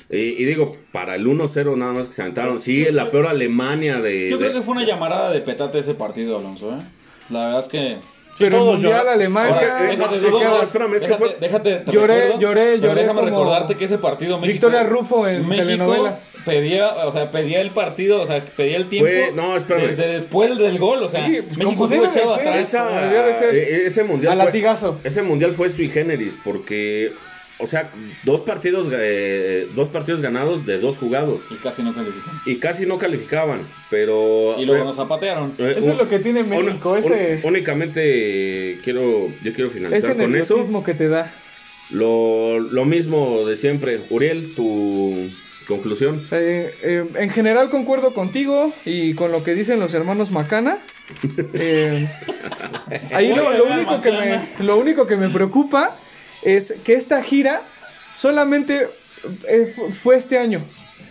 S1: eh, y digo, para el 1-0 nada más que se aventaron. Sí, la peor Alemania de.
S4: Yo creo
S1: de-
S4: que fue una llamarada de petate ese partido, Alonso. ¿eh? La verdad es que.
S2: Pero el
S3: todos
S2: Mundial
S3: lloran.
S2: Alemania.
S1: Es que, eh,
S4: déjate,
S1: no,
S4: no,
S1: no, espérame, es que
S4: déjate,
S1: fue-
S4: déjate, te
S2: Lloré,
S4: recuerdo,
S2: lloré,
S4: pero
S2: lloré
S4: Déjame
S2: como
S4: recordarte que ese partido México.
S2: Victoria Rufo en
S4: México
S2: telenovela.
S4: pedía, o sea, pedía el partido, o sea, pedía el tiempo.
S1: Fue- no, espérame.
S4: Desde después del gol, o sea,
S2: Sí, pues,
S4: México
S2: como
S4: estuvo
S2: debe de
S4: echado
S2: ser,
S4: atrás.
S2: esa-
S1: Esa-
S2: debió de ser.
S1: e- ese mundial
S2: A
S1: fue,
S2: latigazo.
S1: Ese mundial fue sui generis porque, o sea, dos partidos, eh, dos partidos ganados de dos jugados
S4: Y casi no califican.
S1: y casi no calificaban, pero
S4: Y luego
S1: eh,
S4: nos zapatearon.
S1: eh,
S2: Eso es lo que tiene
S1: un-
S2: México,
S1: un-
S2: ese-
S1: únicamente eh, quiero, yo quiero finalizar
S2: Ese
S1: con eso.
S2: nerviosismo que te da.
S1: Lo, lo mismo de siempre, Uriel, tu conclusión.
S2: Eh, eh, en general concuerdo contigo y con lo que dicen los hermanos Macana. Eh, ahí lo, lo único que me, lo único que me preocupa es que esta gira solamente eh, fu- fue este año.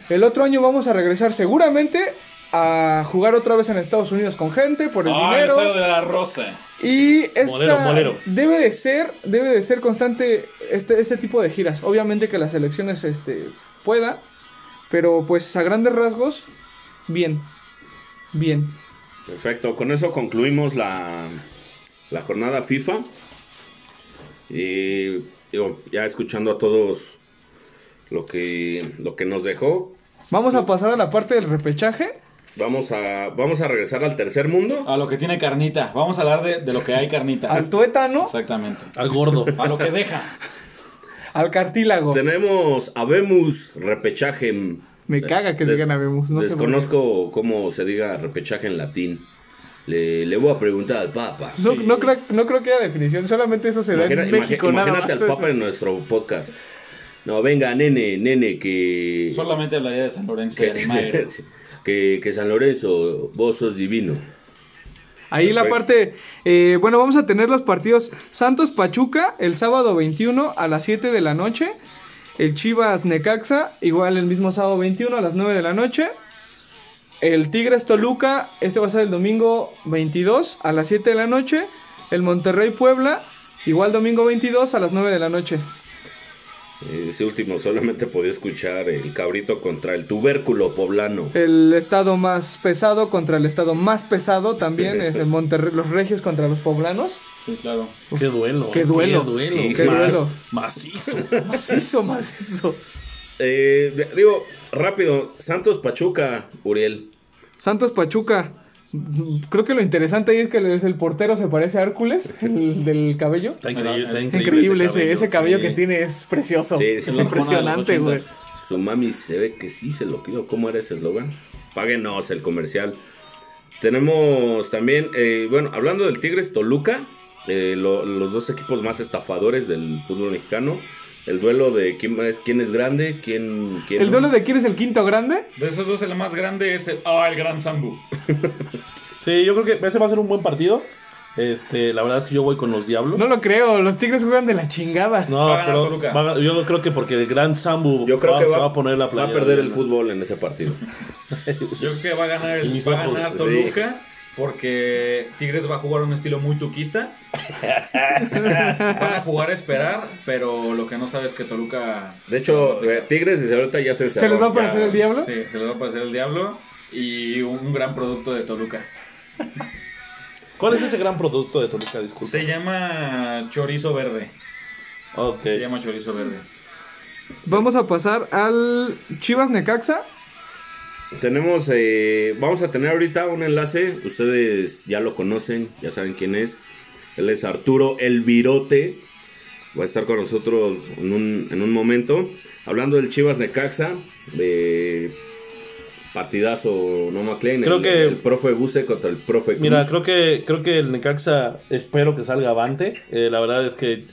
S2: El otro año vamos a regresar seguramente a jugar otra vez en Estados Unidos con gente por el
S4: Ah, el
S2: dinero.
S4: estadio de la Rosa.
S2: Y esta
S3: Molero, molero.
S2: debe de ser, debe de ser constante este, este tipo de giras. Obviamente que las elecciones este pueda, pero pues a grandes rasgos bien. Bien.
S1: Perfecto, con eso concluimos la, la jornada FIFA. Y digo, ya escuchando a todos lo que, lo que nos dejó,
S2: Vamos a pasar a la parte del repechaje.
S1: vamos a, vamos a regresar al tercer mundo.
S4: A lo que tiene carnita. Vamos a hablar de, de lo que hay carnita.
S2: Al tuétano,
S4: Exactamente.
S3: Al gordo.
S4: A lo que deja.
S2: al cartílago.
S1: Tenemos Habemos repechaje. en-
S2: Me caga que
S1: Des-
S2: digan habemos, no sé por qué.
S1: desconozco cómo se diga repechaje en latín. Le, le voy a preguntar al Papa.
S2: No, no creo, no creo que haya definición, solamente eso se da
S1: Imagina-
S2: en
S1: imagi-
S2: México. nada
S1: imagínate
S2: más.
S1: al Papa en nuestro podcast. No, venga, nene, nene, que...
S4: Solamente hablaría de San Lorenzo y Almagro.
S1: que, que- que San Lorenzo, vos sos divino.
S2: Ahí la parte, eh, bueno, vamos a tener los partidos Santos Pachuca el sábado 21 a las 7 de la noche, el Chivas Necaxa igual el mismo sábado 21 a las 9 de la noche, el Tigres Toluca, ese va a ser el domingo 22 a las 7 de la noche, el Monterrey Puebla igual domingo 22 a las 9 de la noche.
S1: Ese último solamente podía escuchar el cabrito contra el tubérculo poblano.
S2: El estado más pesado contra el estado más pesado también es el Monterrey, los Regios contra los Poblanos.
S4: Sí, claro.
S3: Qué duelo.
S2: Qué duelo.
S1: Sí,
S2: qué
S1: ma-
S2: duelo.
S3: Macizo.
S2: Macizo, macizo.
S1: Eh, de- digo, rápido, Santos Pachuca, Uriel.
S2: Santos Pachuca. Creo que lo interesante ahí es que es el portero se parece a Hércules, el del cabello.
S3: Está increíble, está increíble.
S2: Increíble ese, ese cabello
S4: sí.
S2: que tiene, es precioso.
S1: Sí, sí,
S2: es
S1: la hormona
S4: de los
S2: impresionante, güey.
S4: ochentas.
S1: Su mami se ve que sí se lo quiero. ¿Cómo era ese eslogan? Páguenos el comercial. Tenemos también, eh, bueno, hablando del Tigres Toluca, eh, lo- los dos equipos más estafadores del fútbol mexicano. El duelo de quién es, quién es grande, quién, quién
S2: El
S1: no.
S2: duelo de quién es el quinto grande.
S4: De esos dos, el más grande es el. Ah, el gran Sambu.
S3: Sí, yo creo que ese va a ser un buen partido. Este, la verdad es que yo voy con los diablos.
S2: No lo creo, los Tigres juegan de la chingada.
S4: Va
S3: No,
S4: a ganar
S3: pero
S4: Toluca.
S3: va a- yo creo que porque el gran Sambu
S1: Yo creo
S3: va,
S1: que
S3: se
S1: va,
S3: va a poner la
S1: va a
S3: playera
S1: perder el
S3: llena.
S1: fútbol en ese partido.
S4: Yo creo que va a ganar, el,
S3: Mis
S4: va a
S3: ojos,
S4: ganar
S1: sí.
S4: Toluca porque Tigres va a jugar un estilo muy tuquista. Van a jugar a esperar, pero lo que no sabes es que Toluca
S1: De hecho, eh, Tigres desde ahorita ya se
S2: ¿Se les va a
S1: encerró, ya-
S2: aparecer el diablo?
S4: sí, se le va a pasar el diablo y un gran producto de Toluca.
S3: ¿Cuál es ese gran producto de Toluca? Disculpa.
S4: Se llama chorizo verde.
S3: Ok.
S4: Se llama chorizo verde.
S2: Vamos a pasar al Chivas Necaxa.
S1: Tenemos, eh, vamos a tener ahorita un enlace, ustedes ya lo conocen, ya saben quién es. Él es Arturo El Virote, va a estar con nosotros en un, en un momento. Hablando del Chivas Necaxa, de partidazo no McLean,
S3: Creo
S1: el,
S3: que-
S1: el profe Buse contra el profe Cruz.
S3: Mira, creo que, creo que el Necaxa espero que salga avante. Eh, la verdad es que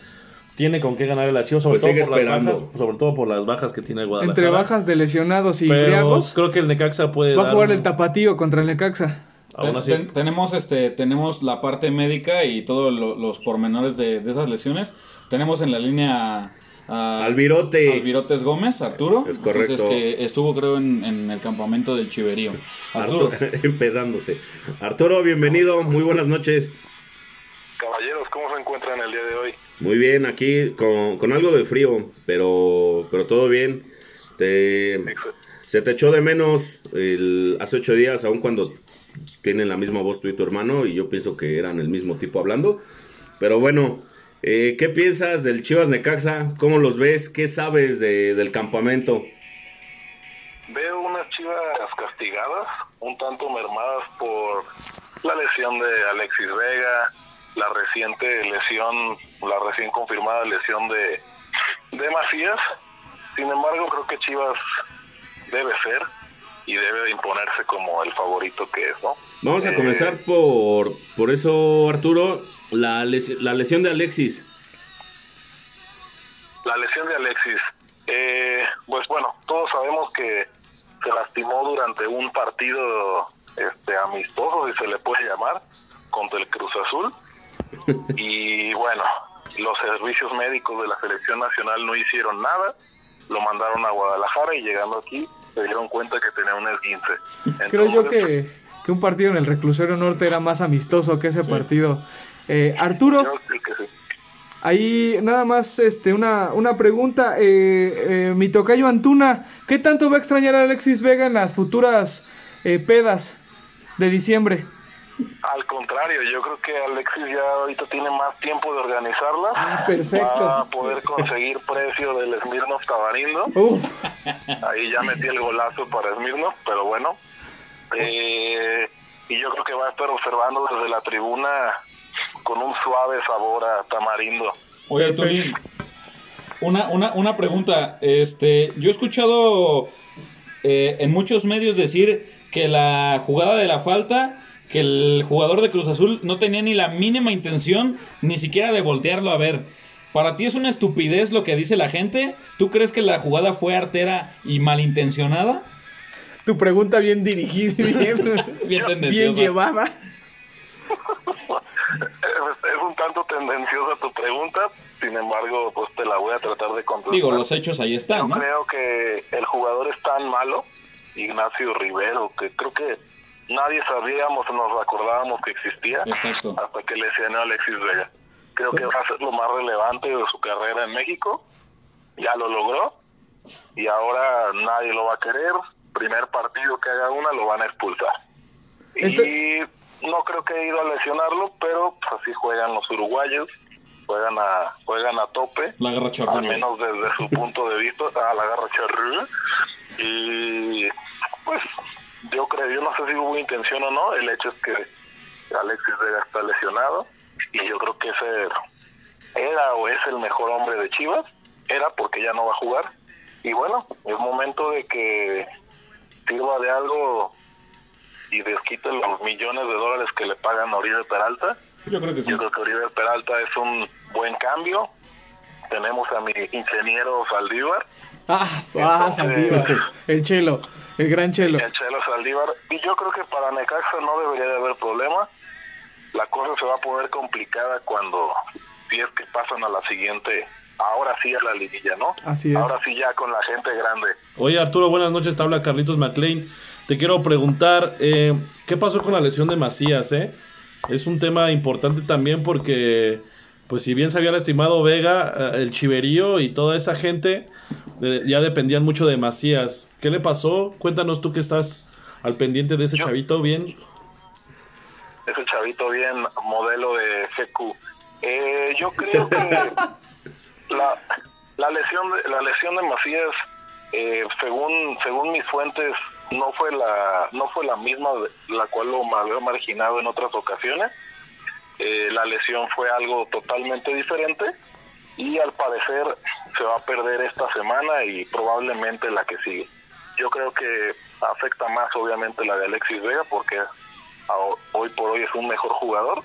S3: tiene con qué ganar el archivo, sobre,
S1: Pues
S3: todo
S1: sigue
S3: por las
S1: esperando.
S3: bajas, sobre todo por las bajas que tiene el Guadalajara.
S2: Entre bajas de lesionados y
S3: Pero
S2: briagos,
S3: creo que el Necaxa puede
S2: va a
S3: dar
S2: jugar
S3: un-
S2: el tapatío contra el Necaxa.
S3: aún
S4: Ten-
S3: así.
S4: ten- tenemos este tenemos la parte médica y todos lo- los pormenores de, de esas lesiones. Tenemos en la línea a
S1: Al Virote.
S4: al Virotes Gómez, Arturo.
S1: Es correcto.
S4: Entonces, que estuvo creo en, en el campamento del Chiverío. Arturo.
S1: Arturo, empedándose. Arturo, bienvenido, muy buenas noches.
S5: Caballeros, ¿cómo se encuentran el día de hoy?
S1: Muy bien, aquí con, con algo de frío, pero, pero todo bien. Te, se te echó de menos el- hace ocho días, aun cuando tienen la misma voz tú y tu hermano, y yo pienso que eran el mismo tipo hablando. Pero bueno, eh, ¿qué piensas del Chivas Necaxa? ¿Cómo los ves? ¿Qué sabes de- del campamento?
S5: Veo unas chivas castigadas, un tanto mermadas por la lesión de Alexis Vega, la reciente lesión, la recién confirmada lesión de, de Macías. Sin embargo, creo que Chivas debe ser y debe de imponerse como el favorito que es, ¿no?
S1: Vamos a
S5: Eh,
S1: comenzar por, por eso, Arturo, la, les- la lesión de Alexis.
S5: La lesión de Alexis. Eh, pues bueno, todos sabemos que se lastimó durante un partido este, amistoso, si se le puede llamar, contra el Cruz Azul. Y bueno, los servicios médicos de la selección nacional no hicieron nada, lo mandaron a Guadalajara y llegando aquí se dieron cuenta que tenía un esguince.
S2: Creo yo
S5: Entonces,
S2: que, que un partido en el reclusorio norte era más amistoso que ese partido. Eh, Arturo,
S5: creo que- que sí.
S2: Ahí nada más este, una, una pregunta. eh, eh, mi tocayo Antuna, ¿qué tanto va a extrañar a Alexis Vega en las futuras eh, pedas de diciembre?
S5: Al contrario, yo creo que Alexis ya ahorita tiene más tiempo de organizarlas.
S2: Ah, perfecto.
S5: Va a poder conseguir precio del Smirnoff Tabarindo.
S2: Uf,
S5: Ahí ya metí el golazo para Smirnoff, pero bueno. Eh, y yo creo que va a estar observando desde la tribuna con un suave sabor a tamarindo.
S4: Oye, Tony, una, una, una pregunta. Este, yo he escuchado eh, en muchos medios decir que la jugada de la falta, que el jugador de Cruz Azul no tenía ni la mínima intención ni siquiera de voltearlo a ver. Para ti es una estupidez lo que dice la gente. ¿Tú crees que la jugada fue artera y malintencionada?
S2: tu pregunta bien dirigida, bien,
S4: Bien
S2: bien
S4: tendenciosa.
S2: llevada.
S5: Es, es un tanto tendenciosa tu pregunta, sin embargo, pues te la voy a tratar de contestar.
S4: Digo, los hechos ahí
S5: Yo
S4: están, ¿no?
S5: creo que el jugador es tan malo, Ignacio Rivero, que creo que nadie sabíamos, nos acordábamos que existía
S4: Exacto.
S5: hasta que lesionó a Alexis Vega. Creo que va a ser lo más relevante de su carrera en México. Ya lo logró y ahora nadie lo va a querer. Primer partido que haga una lo van a expulsar.
S2: Este-
S5: Y no creo que haya ido a lesionarlo, pero pues, así juegan los uruguayos, juegan a juegan a tope
S4: La garra
S5: al menos desde su punto de vista, a la garra charrúa. Y pues yo creo, yo no sé si hubo intención o no, el hecho es que Alexis Vega está lesionado y yo creo que ese era o es el mejor hombre de Chivas, era porque ya no va a jugar. Y bueno, es momento de que sirva de algo y desquite los millones de dólares que le pagan a Oribe Peralta.
S4: Yo creo que sí.
S5: Yo creo que Oribe Peralta es un buen cambio. Tenemos a mi ingeniero Saldívar,
S2: Ah, ah,
S5: Entonces-
S2: Saldívar, El chelo, el gran chelo.
S5: el Chelo Saldívar. Y yo creo que para Necaxa no debería de haber problema. La cosa se va a poner complicada cuando, si es que pasan a la siguiente, ahora sí a la liguilla, ¿no?
S2: Así es.
S5: Ahora sí ya con la gente grande.
S3: Oye, Arturo, buenas noches. Te habla Carlitos McLean. Te quiero preguntar, eh, ¿qué pasó con la lesión de Macías? Eh? Es un tema importante también porque, pues si bien se había lastimado Vega, eh, el Chiverío y toda esa gente eh, ya dependían mucho de Macías. ¿Qué le pasó? Cuéntanos tú que estás al pendiente de ese
S5: Yo-
S3: chavito, ¿bien?
S5: es un chavito bien modelo de GQ. Eh, yo creo que la, la lesión de, la lesión de Macías, eh, según según mis fuentes, no fue la no fue la misma de- la cual lo ma- había marginado en otras ocasiones. Eh, la lesión fue algo totalmente diferente y al parecer se va a perder esta semana y probablemente la que sigue. Yo creo que afecta más obviamente la de Alexis Vega porque a- hoy por hoy es un mejor jugador,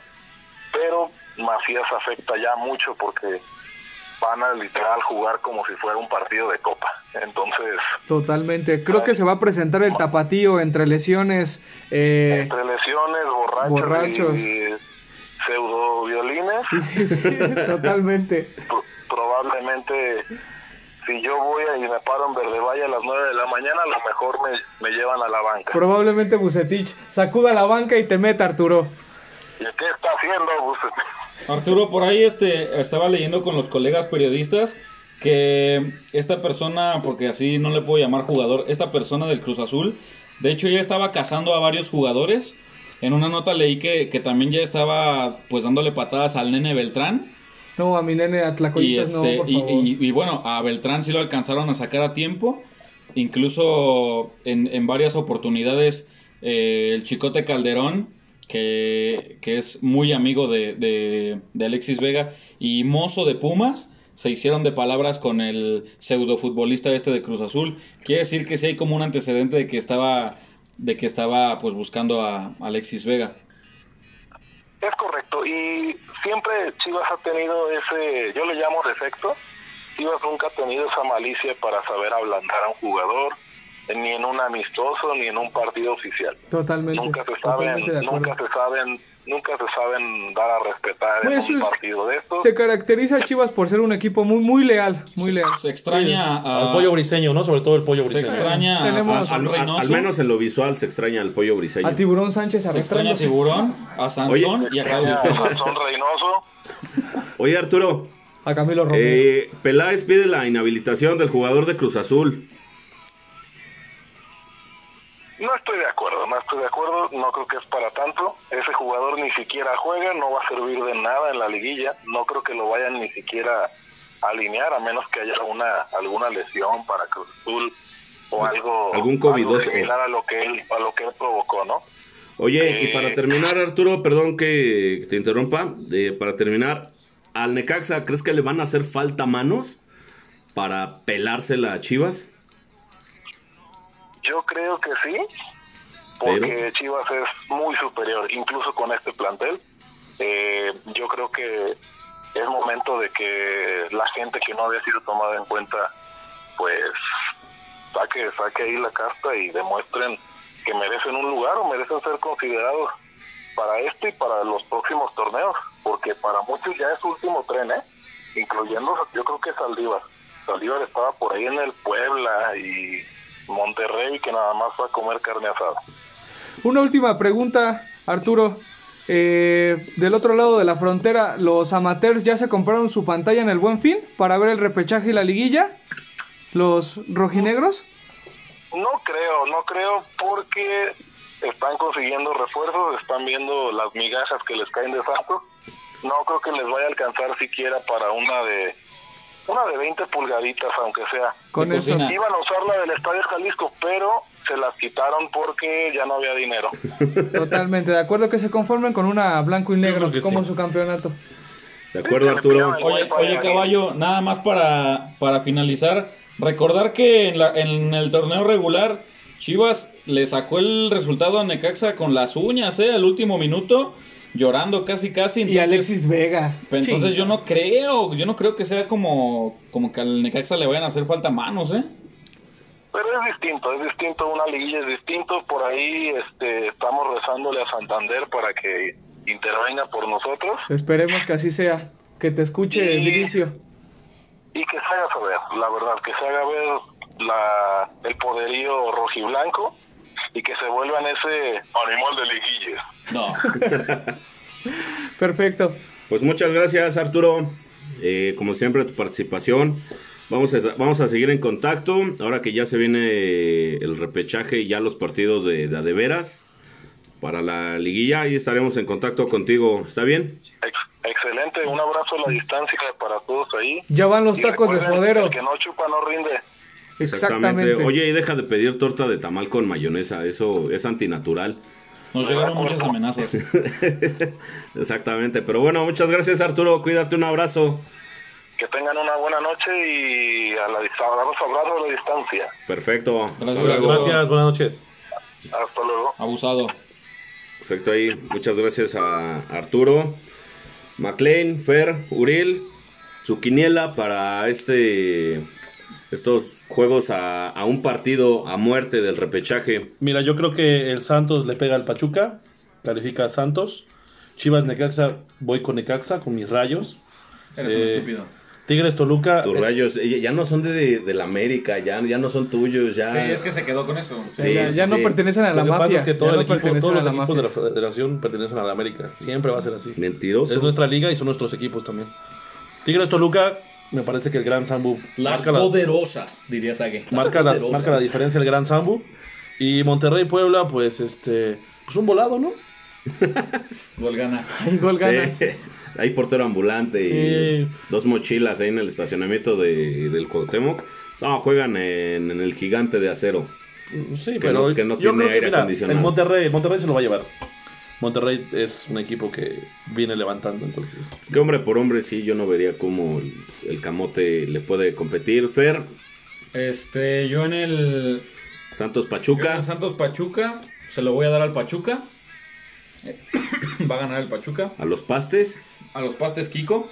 S5: pero Macías afecta ya mucho porque van a literal jugar como si fuera un partido de copa. Entonces,
S2: Totalmente. Creo que se va a presentar el tapatío entre lesiones. eh,
S5: entre lesiones, borrachos,
S2: borrachos.
S5: y pseudo violines,
S2: sí, sí, sí, totalmente.
S5: probablemente si yo voy y me paro en Verde Valle a las 9 de la mañana, a lo mejor me, me llevan a la banca.
S2: Probablemente Bucetich sacuda la banca y te meta, Arturo.
S5: ¿Y qué está haciendo? Pues, Bucetich?
S4: Arturo, por ahí este, estaba leyendo con los colegas periodistas que esta persona, porque así no le puedo llamar jugador, esta persona del Cruz Azul, de hecho ya estaba cazando a varios jugadores. En una nota leí que, que también ya estaba pues dándole patadas al nene Beltrán.
S2: No, a mi nene a
S4: Y,
S2: Tlacoyitas
S4: este,
S2: no, por
S4: y,
S2: favor.
S4: y- y bueno, a Beltrán sí lo alcanzaron a sacar a tiempo. Incluso en, en varias oportunidades, eh, el Chicote Calderón, que, que es muy amigo de, de- de Alexis Vega, y Mozo de Pumas, se hicieron de palabras con el pseudofutbolista este de Cruz Azul. Quiere decir que sí hay como un antecedente de que estaba, de que estaba pues buscando a Alexis Vega.
S5: Es correcto, y siempre Chivas ha tenido ese, yo le llamo defecto, Chivas nunca ha tenido esa malicia para saber ablandar a un jugador, eh, ni en un amistoso, ni en un partido oficial.
S2: Totalmente.
S5: Nunca se saben,
S2: totalmente de acuerdo.
S5: nunca se saben, nunca se saben dar a respetar
S2: Pues eso
S5: en un
S2: es-
S5: partido de estos.
S2: Se caracteriza a Chivas por ser un equipo muy, muy leal. Muy leal.
S4: Se extraña
S3: Al
S4: a...
S3: pollo briseño, ¿no? Sobre todo el pollo
S4: se
S3: briseño.
S4: extraña a-
S2: Tenemos-
S4: a- a
S1: Al, al-
S4: Reynoso.
S1: al menos en lo visual se extraña el pollo briseño.
S2: A Tiburón Sánchez
S4: Se extraña a
S2: arrastrándose.
S4: Tiburón, a Sansón
S5: Se
S4: y a
S5: extraña
S4: Claudio
S5: a
S4: Flores.
S5: Sansón Reynoso,
S1: Oye Arturo,
S2: A Camilo Romero.
S1: eh, Peláez pide la inhabilitación del jugador de Cruz Azul.
S5: no estoy de acuerdo, no estoy de acuerdo, no creo que es para tanto. Ese jugador ni siquiera juega, no va a servir de nada en la liguilla, no creo que lo vayan ni siquiera a alinear a menos que haya una alguna lesión para Cruz Azul o algo,
S1: Algún covidoso.
S5: algo similar a lo que él a lo que él provocó, ¿no?
S1: Oye, y
S5: Eh.
S1: para terminar Arturo, perdón que te interrumpa, eh, para terminar, al Necaxa, ¿crees que le van a hacer falta manos para pelársela a Chivas?
S5: Yo creo que sí, porque
S1: Pero-
S5: Chivas es muy superior, incluso con este plantel. Eh, yo creo que es momento de que la gente que no había sido tomada en cuenta, pues saque, saque ahí la carta y demuestren que merecen un lugar o merecen ser considerados para este y para los próximos torneos, porque para muchos ya es su último tren, ¿eh? incluyendo yo creo que Saldívar. Saldívar estaba por ahí en el Puebla y Monterrey que nada más fue a comer carne asada.
S2: Una última pregunta, Arturo. Eh, del otro lado de la frontera, ¿los amateurs ya se compraron su pantalla en el Buen Fin para ver el repechaje y la liguilla? ¿Los rojinegros?
S5: No creo, no creo porque están consiguiendo refuerzos, están viendo las migajas que les caen de Santos. No creo que les vaya a alcanzar siquiera para una de una de 20 pulgaditas, aunque sea.
S2: Con
S4: De
S2: eso.
S4: cocina.
S5: Iban a usar la del Estadio Jalisco, pero se las quitaron porque ya no había dinero.
S2: Totalmente, de acuerdo que se conformen con una blanco y negro
S3: creo que
S2: como
S3: sí.
S2: su campeonato.
S1: ¿De acuerdo Arturo?
S4: Oye, oye, caballo, nada más para, para finalizar, recordar que en, la- en el torneo regular Chivas le sacó el resultado a Necaxa con las uñas, ¿eh? Al último minuto, llorando casi casi.
S2: Y
S4: entonces- pues,
S2: Alexis Vega.
S4: Entonces
S2: Sí.
S4: yo no creo, yo no creo que sea como, como que al Necaxa le vayan a hacer falta manos, ¿eh?
S5: Pero es distinto, es distinto, una liguilla es distinto. Por ahí este, estamos rezándole a Santander para que intervenga por nosotros
S2: Esperemos que así sea. Que te escuche
S5: Y-
S2: Vinicio.
S5: y que se haga saber, la verdad, que se haga ver la, el poderío rojiblanco y que se vuelvan ese animal de liguillas.
S4: No.
S2: Perfecto.
S1: Pues muchas gracias, Arturo. Eh, como siempre, tu participación. Vamos a, vamos a seguir en contacto. Ahora que ya se viene el repechaje y ya los partidos de, de a de veras. para la liguilla y estaremos en contacto contigo. ¿Está bien?
S5: Ex- excelente, un abrazo a la distancia para todos ahí.
S2: Ya van los
S5: Y
S2: tacos de
S5: recuerden,
S2: suadero.
S5: El que no chupa no rinde.
S2: Exactamente.
S1: Oye, y deja de pedir torta de tamal con mayonesa. Eso es antinatural.
S4: Nos llegaron muchas amenazas.
S1: Exactamente. Pero bueno, muchas gracias, Arturo. Cuídate, un abrazo.
S5: Que tengan una buena noche y a la distancia, abrazo a la distancia.
S1: Perfecto. Hasta
S4: Gracias,
S1: luego.
S3: Gracias, buenas noches.
S5: Hasta luego.
S4: Abusado.
S1: Perfecto ahí. Muchas gracias a Arturo, McLean, Fer, Uriel, su quiniela para este estos juegos a, a un partido a muerte del repechaje.
S3: Mira, yo creo que el Santos le pega al Pachuca, califica a Santos. Chivas Necaxa, voy con Necaxa, con mis rayos.
S4: Eres
S3: Eh,
S4: un estúpido.
S3: Tigres Toluca,
S1: Tus rayos, eh, ya no son de, de, la América, ya, ya no son tuyos, ya.
S4: Sí, es que se quedó con eso.
S2: O sea, ya
S1: sí,
S2: ya no
S1: sí.
S2: pertenecen a
S3: lo
S2: la
S3: que pasa
S2: mafia.
S3: es que todo
S2: ya
S3: el
S2: no
S3: equipo-
S2: pertenecen
S3: todos
S2: a
S3: los
S2: la
S3: equipos
S2: mafia.
S3: de la federación pertenecen a la América. Siempre va a ser así.
S1: Mentiroso.
S3: Es nuestra liga y son nuestros equipos también. Tigres Toluca, me parece que el Gran Sambu
S6: Las
S3: marca, la,
S6: poderosas, diría Sague. Las
S3: marca la-
S6: poderosas.
S3: marca la diferencia el Gran Sambu. Y Monterrey Puebla, pues este, pues un volado, ¿no?
S4: Gol gana.
S2: Ay, gol gana.
S1: Sí. Hay portero ambulante
S3: Sí.
S1: y dos mochilas ahí en el estacionamiento de, del Cuauhtémoc. No, juegan en, en el gigante de acero.
S3: Pues Sí,
S1: Que
S3: pero
S1: no- que no
S3: yo
S1: tiene
S3: creo que,
S1: aire
S3: mira,
S1: acondicionado.
S3: El Monterrey, el Monterrey se lo va a llevar. Monterrey es un equipo que viene levantando, entonces.
S1: Que hombre por hombre, sí, yo no vería cómo el, el camote le puede competir. Fer,
S4: Este, yo en el
S1: Santos
S4: yo en
S1: Pachuca.
S4: el Santos Pachuca se lo voy a dar al Pachuca. Eh, Va a ganar el Pachuca.
S1: A los pastes,
S4: A los pastes Kiko.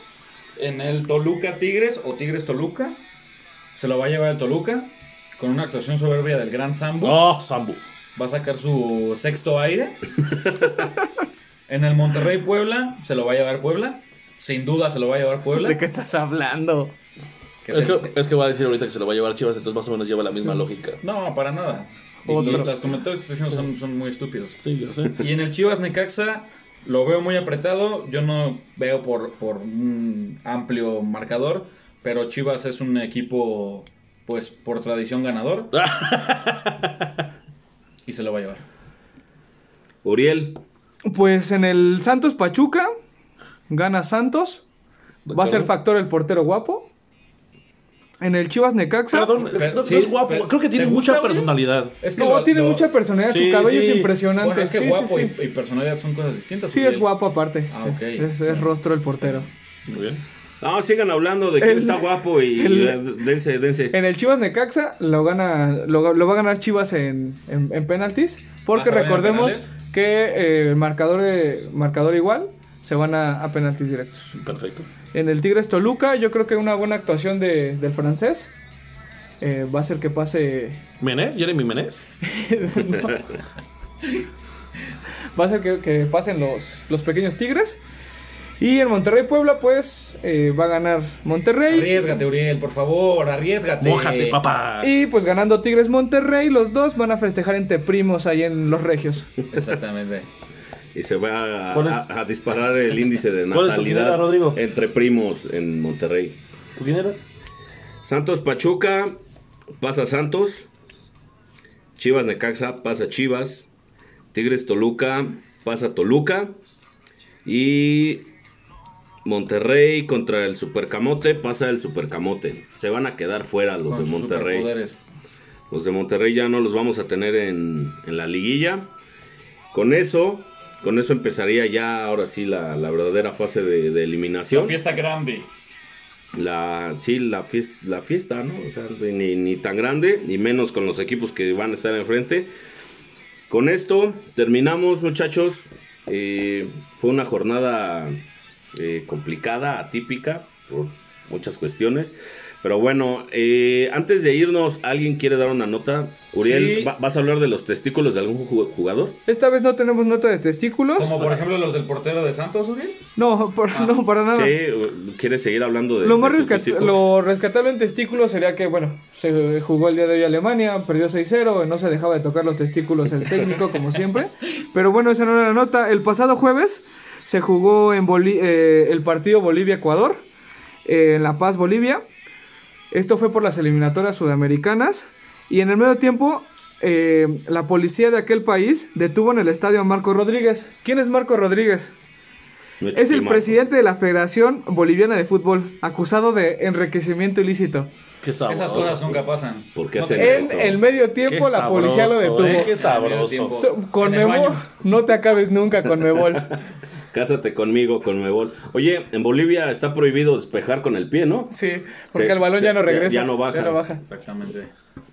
S4: En el Toluca Tigres o Tigres Toluca se lo va a llevar el Toluca con una actuación soberbia del Gran Sambo.
S3: ¡Oh, Sambu!
S4: Va a sacar su sexto aire. en el Monterrey Puebla se lo va a llevar Puebla. Sin duda se lo va a llevar Puebla.
S2: ¿De qué estás hablando?
S4: Que
S3: Es
S4: se-
S3: que, es que va a decir ahorita que se lo va a llevar Chivas, entonces más o menos lleva la misma lógica.
S4: No, para nada.
S2: Otro.
S4: Los, los comentarios que estoy haciendo son, son muy estúpidos.
S3: Sí, yo sé.
S4: Y en el Chivas Necaxa lo veo muy apretado. Yo no veo por, por un amplio marcador, pero Chivas es un equipo, pues, por tradición ganador. y se lo va a llevar.
S1: Uriel.
S2: Pues en el Santos Pachuca, gana Santos. Va a ser factor el portero guapo. En el Chivas Necaxa.
S3: Perdón,
S4: Pero-
S3: no, no
S4: sí,
S3: es guapo.
S4: pero-
S3: Creo que tiene
S4: ¿te
S3: mucha
S4: gusta, güey?
S3: personalidad.
S4: Es
S2: no, tiene mucha personalidad,
S3: Sí,
S2: su cabello
S3: sí.
S2: es impresionante.
S4: Bueno, es que
S2: sí, sí,
S4: guapo
S2: sí,
S4: y- Y, personalidad son cosas distintas.
S2: Sí,
S4: Uriel.
S2: es guapo aparte.
S4: Ah,
S2: Es-
S4: ok.
S2: es, es rostro el portero.
S3: Muy bien.
S1: No, sigan hablando de quién
S2: El-
S1: está guapo y
S2: el-
S1: eh, dense, dense.
S2: En el Chivas Necaxa lo gana, lo, lo va a ganar Chivas en, en, en penaltis, porque
S4: ¿Vas a ver en
S2: recordemos
S4: penales?
S2: que eh, el marcador, eh, marcador igual se van a, a penaltis directos.
S3: Perfecto.
S2: En el Tigres Toluca, yo creo que una buena actuación de- del francés eh, va a hacer que pase,
S3: ¿Menés? ¿Jeremy Menés?
S2: va a hacer que, que pasen los, los pequeños Tigres. Y en Monterrey Puebla, pues eh, va a ganar Monterrey.
S4: Arriesgate, Uriel, por favor, arriesgate.
S3: ¡Mójate, papá!
S2: Y pues ganando Tigres Monterrey, los dos van a festejar entre primos ahí en Los Regios.
S4: Exactamente.
S1: Y se va a,
S3: ¿Cuál es?
S1: a- a disparar el índice de
S3: ¿Cuál es tu
S1: natalidad
S3: quiniela, Rodrigo?
S1: entre primos en Monterrey.
S3: ¿Tú quién era?
S1: Santos Pachuca, pasa Santos. Chivas Necaxa, pasa Chivas. Tigres Toluca, pasa Toluca. Y Monterrey contra el Supercamote, pasa el Supercamote. Se van a quedar fuera los
S4: Con
S1: de
S4: sus
S1: Monterrey.
S4: superpoderes.
S1: Los de Monterrey ya no los vamos a tener en, en la liguilla. Con eso, con eso empezaría ya ahora sí la, la verdadera fase de, de eliminación.
S6: La fiesta grande.
S1: La, sí, la fiesta, la fiesta, ¿no? O sea, ni, ni tan grande, ni menos con los equipos que van a estar enfrente. Con esto terminamos, muchachos. Eh, fue una jornada eh, complicada, atípica, por muchas cuestiones. Pero bueno, eh, antes de irnos, ¿alguien quiere dar una nota? Uriel,
S4: Sí.
S1: ¿va- ¿vas a hablar de los testículos de algún ju- jugador?
S2: Esta vez no tenemos nota de testículos.
S4: Como por ejemplo los del portero de Santos, Uriel.
S2: No, por- no, para nada.
S1: Sí, ¿quieres seguir hablando de
S2: Ah. Lo más
S1: de su
S2: rescat-
S1: físico?
S2: lo rescatable en testículos sería que, bueno, se jugó el día de hoy Alemania, perdió 6-0, no se dejaba de tocar los testículos el técnico, como siempre. Pero bueno, esa no era la nota. El pasado jueves se jugó en Boli- eh, el partido Bolivia-Ecuador, eh, en La Paz, Bolivia. Esto fue por las eliminatorias sudamericanas. Y en el medio tiempo, eh, la policía de aquel país detuvo en el estadio a Marco Rodríguez. ¿Quién es Marco Rodríguez?
S1: Me
S2: Es el
S1: chupimaco.
S2: presidente de la Federación Boliviana de Fútbol, acusado de enriquecimiento ilícito.
S3: Qué sabroso.
S4: Esas cosas nunca pasan.
S1: ¿Por qué
S4: No
S1: hacen
S2: En
S1: eso?
S2: el medio
S3: Qué
S2: tiempo la policía lo
S3: sabroso,
S2: detuvo.
S3: eh, Qué
S4: Medio
S3: sabroso.
S4: tiempo.
S2: So- con
S4: En el
S2: Mebol,
S4: baño.
S2: no te acabes nunca con Mebol.
S1: Cásate conmigo, con Mebol. Oye, en Bolivia está prohibido despejar con el pie, ¿no?
S2: Sí, porque
S1: Sí,
S2: el balón
S1: sí,
S2: ya no
S1: ya-
S2: regresa.
S1: ya no baja.
S4: Exactamente.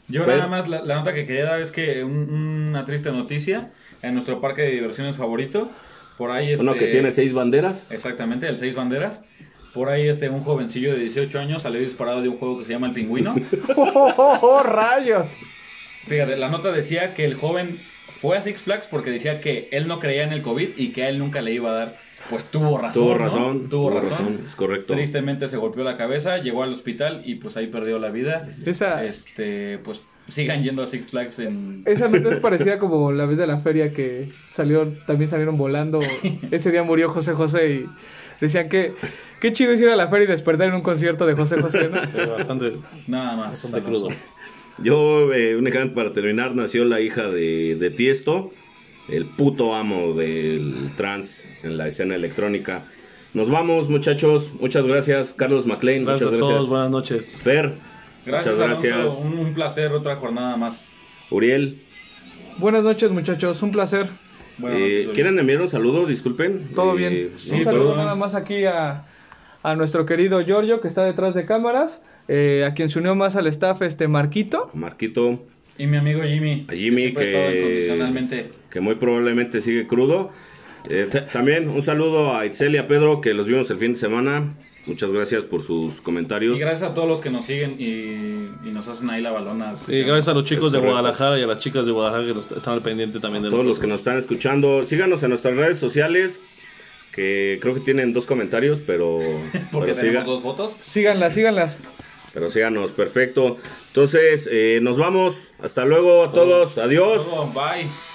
S4: Yo
S1: Pero-
S4: nada más, la, la nota que quería dar es que un- una triste noticia, en nuestro parque de diversiones favorito, por ahí este, eh,
S1: Uno que tiene seis banderas.
S4: Exactamente, el Seis Banderas. Por ahí este, un jovencillo de 18 años salió disparado de un juego que se llama El Pingüino.
S2: ¡Oh, oh, oh, rayos!
S4: Fíjate, la nota decía que el joven fue a Six Flags porque decía que él no creía en el COVID y que a él nunca le iba a dar. Pues tuvo razón.
S1: Tuvo
S4: ¿no?
S1: razón,
S4: Tuvo razón.
S1: es correcto.
S4: Tristemente se golpeó la cabeza, llegó al hospital y pues ahí perdió la vida.
S2: Esa-
S4: Este, pues sigan yendo a Six Flags en...
S2: Esa nota es parecida como la vez de la feria que salieron, también salieron volando. Ese día murió José José y decían que qué chido es ir a la feria y despertar en un concierto de José José. ¿no?
S3: Eh, Bastante,
S4: Nada más.
S3: bastante crudo.
S1: Yo, eh, únicamente para terminar, nació la hija de, de Tiesto, el puto amo del trans en la escena electrónica. Nos vamos, muchachos. Muchas gracias, Carlos MacLean.
S3: Gracias
S1: Muchas
S3: a
S1: gracias.
S3: todos, buenas noches.
S1: Fer,
S4: Gracias,
S1: muchas gracias.
S4: Alonso. Un, un placer, otra jornada más.
S1: Uriel.
S2: Buenas noches, muchachos. Un placer.
S4: Buenas
S1: eh,
S4: noches, Uri.
S1: ¿Quieren enviar un saludo? Disculpen.
S2: Todo
S1: Eh,
S2: bien.
S1: sí,
S2: un
S1: todo.
S2: saludo nada más aquí a, a nuestro querido Giorgio que está detrás de cámaras. eh, a quien se unió más al staff, este Marquito.
S1: Marquito.
S4: Y mi amigo Jimmy.
S1: a Jimmy,
S4: siempre ha estado
S1: que,
S4: incondicionalmente.
S1: que muy probablemente sigue crudo. Eh, ta- también un saludo a Itzel y a Pedro, que los vimos el fin de semana. Muchas gracias por sus comentarios.
S4: Y gracias a todos los que nos siguen y, y nos hacen ahí la balona.
S3: Y gracias a los chicos
S1: Es
S3: de
S1: correcto.
S3: Guadalajara y a las chicas de Guadalajara que nos- están al pendiente también de
S1: todos los que
S3: nosotros.
S1: nos están escuchando. Síganos en nuestras redes sociales, que creo que tienen dos comentarios, pero,
S4: Porque
S1: pero,
S4: tenemos
S1: siga-
S4: dos fotos.
S2: Síganlas, síganlas.
S1: pero síganos, perfecto. Entonces, eh, nos vamos. Hasta luego a todos. Adiós.
S4: Luego, Bye.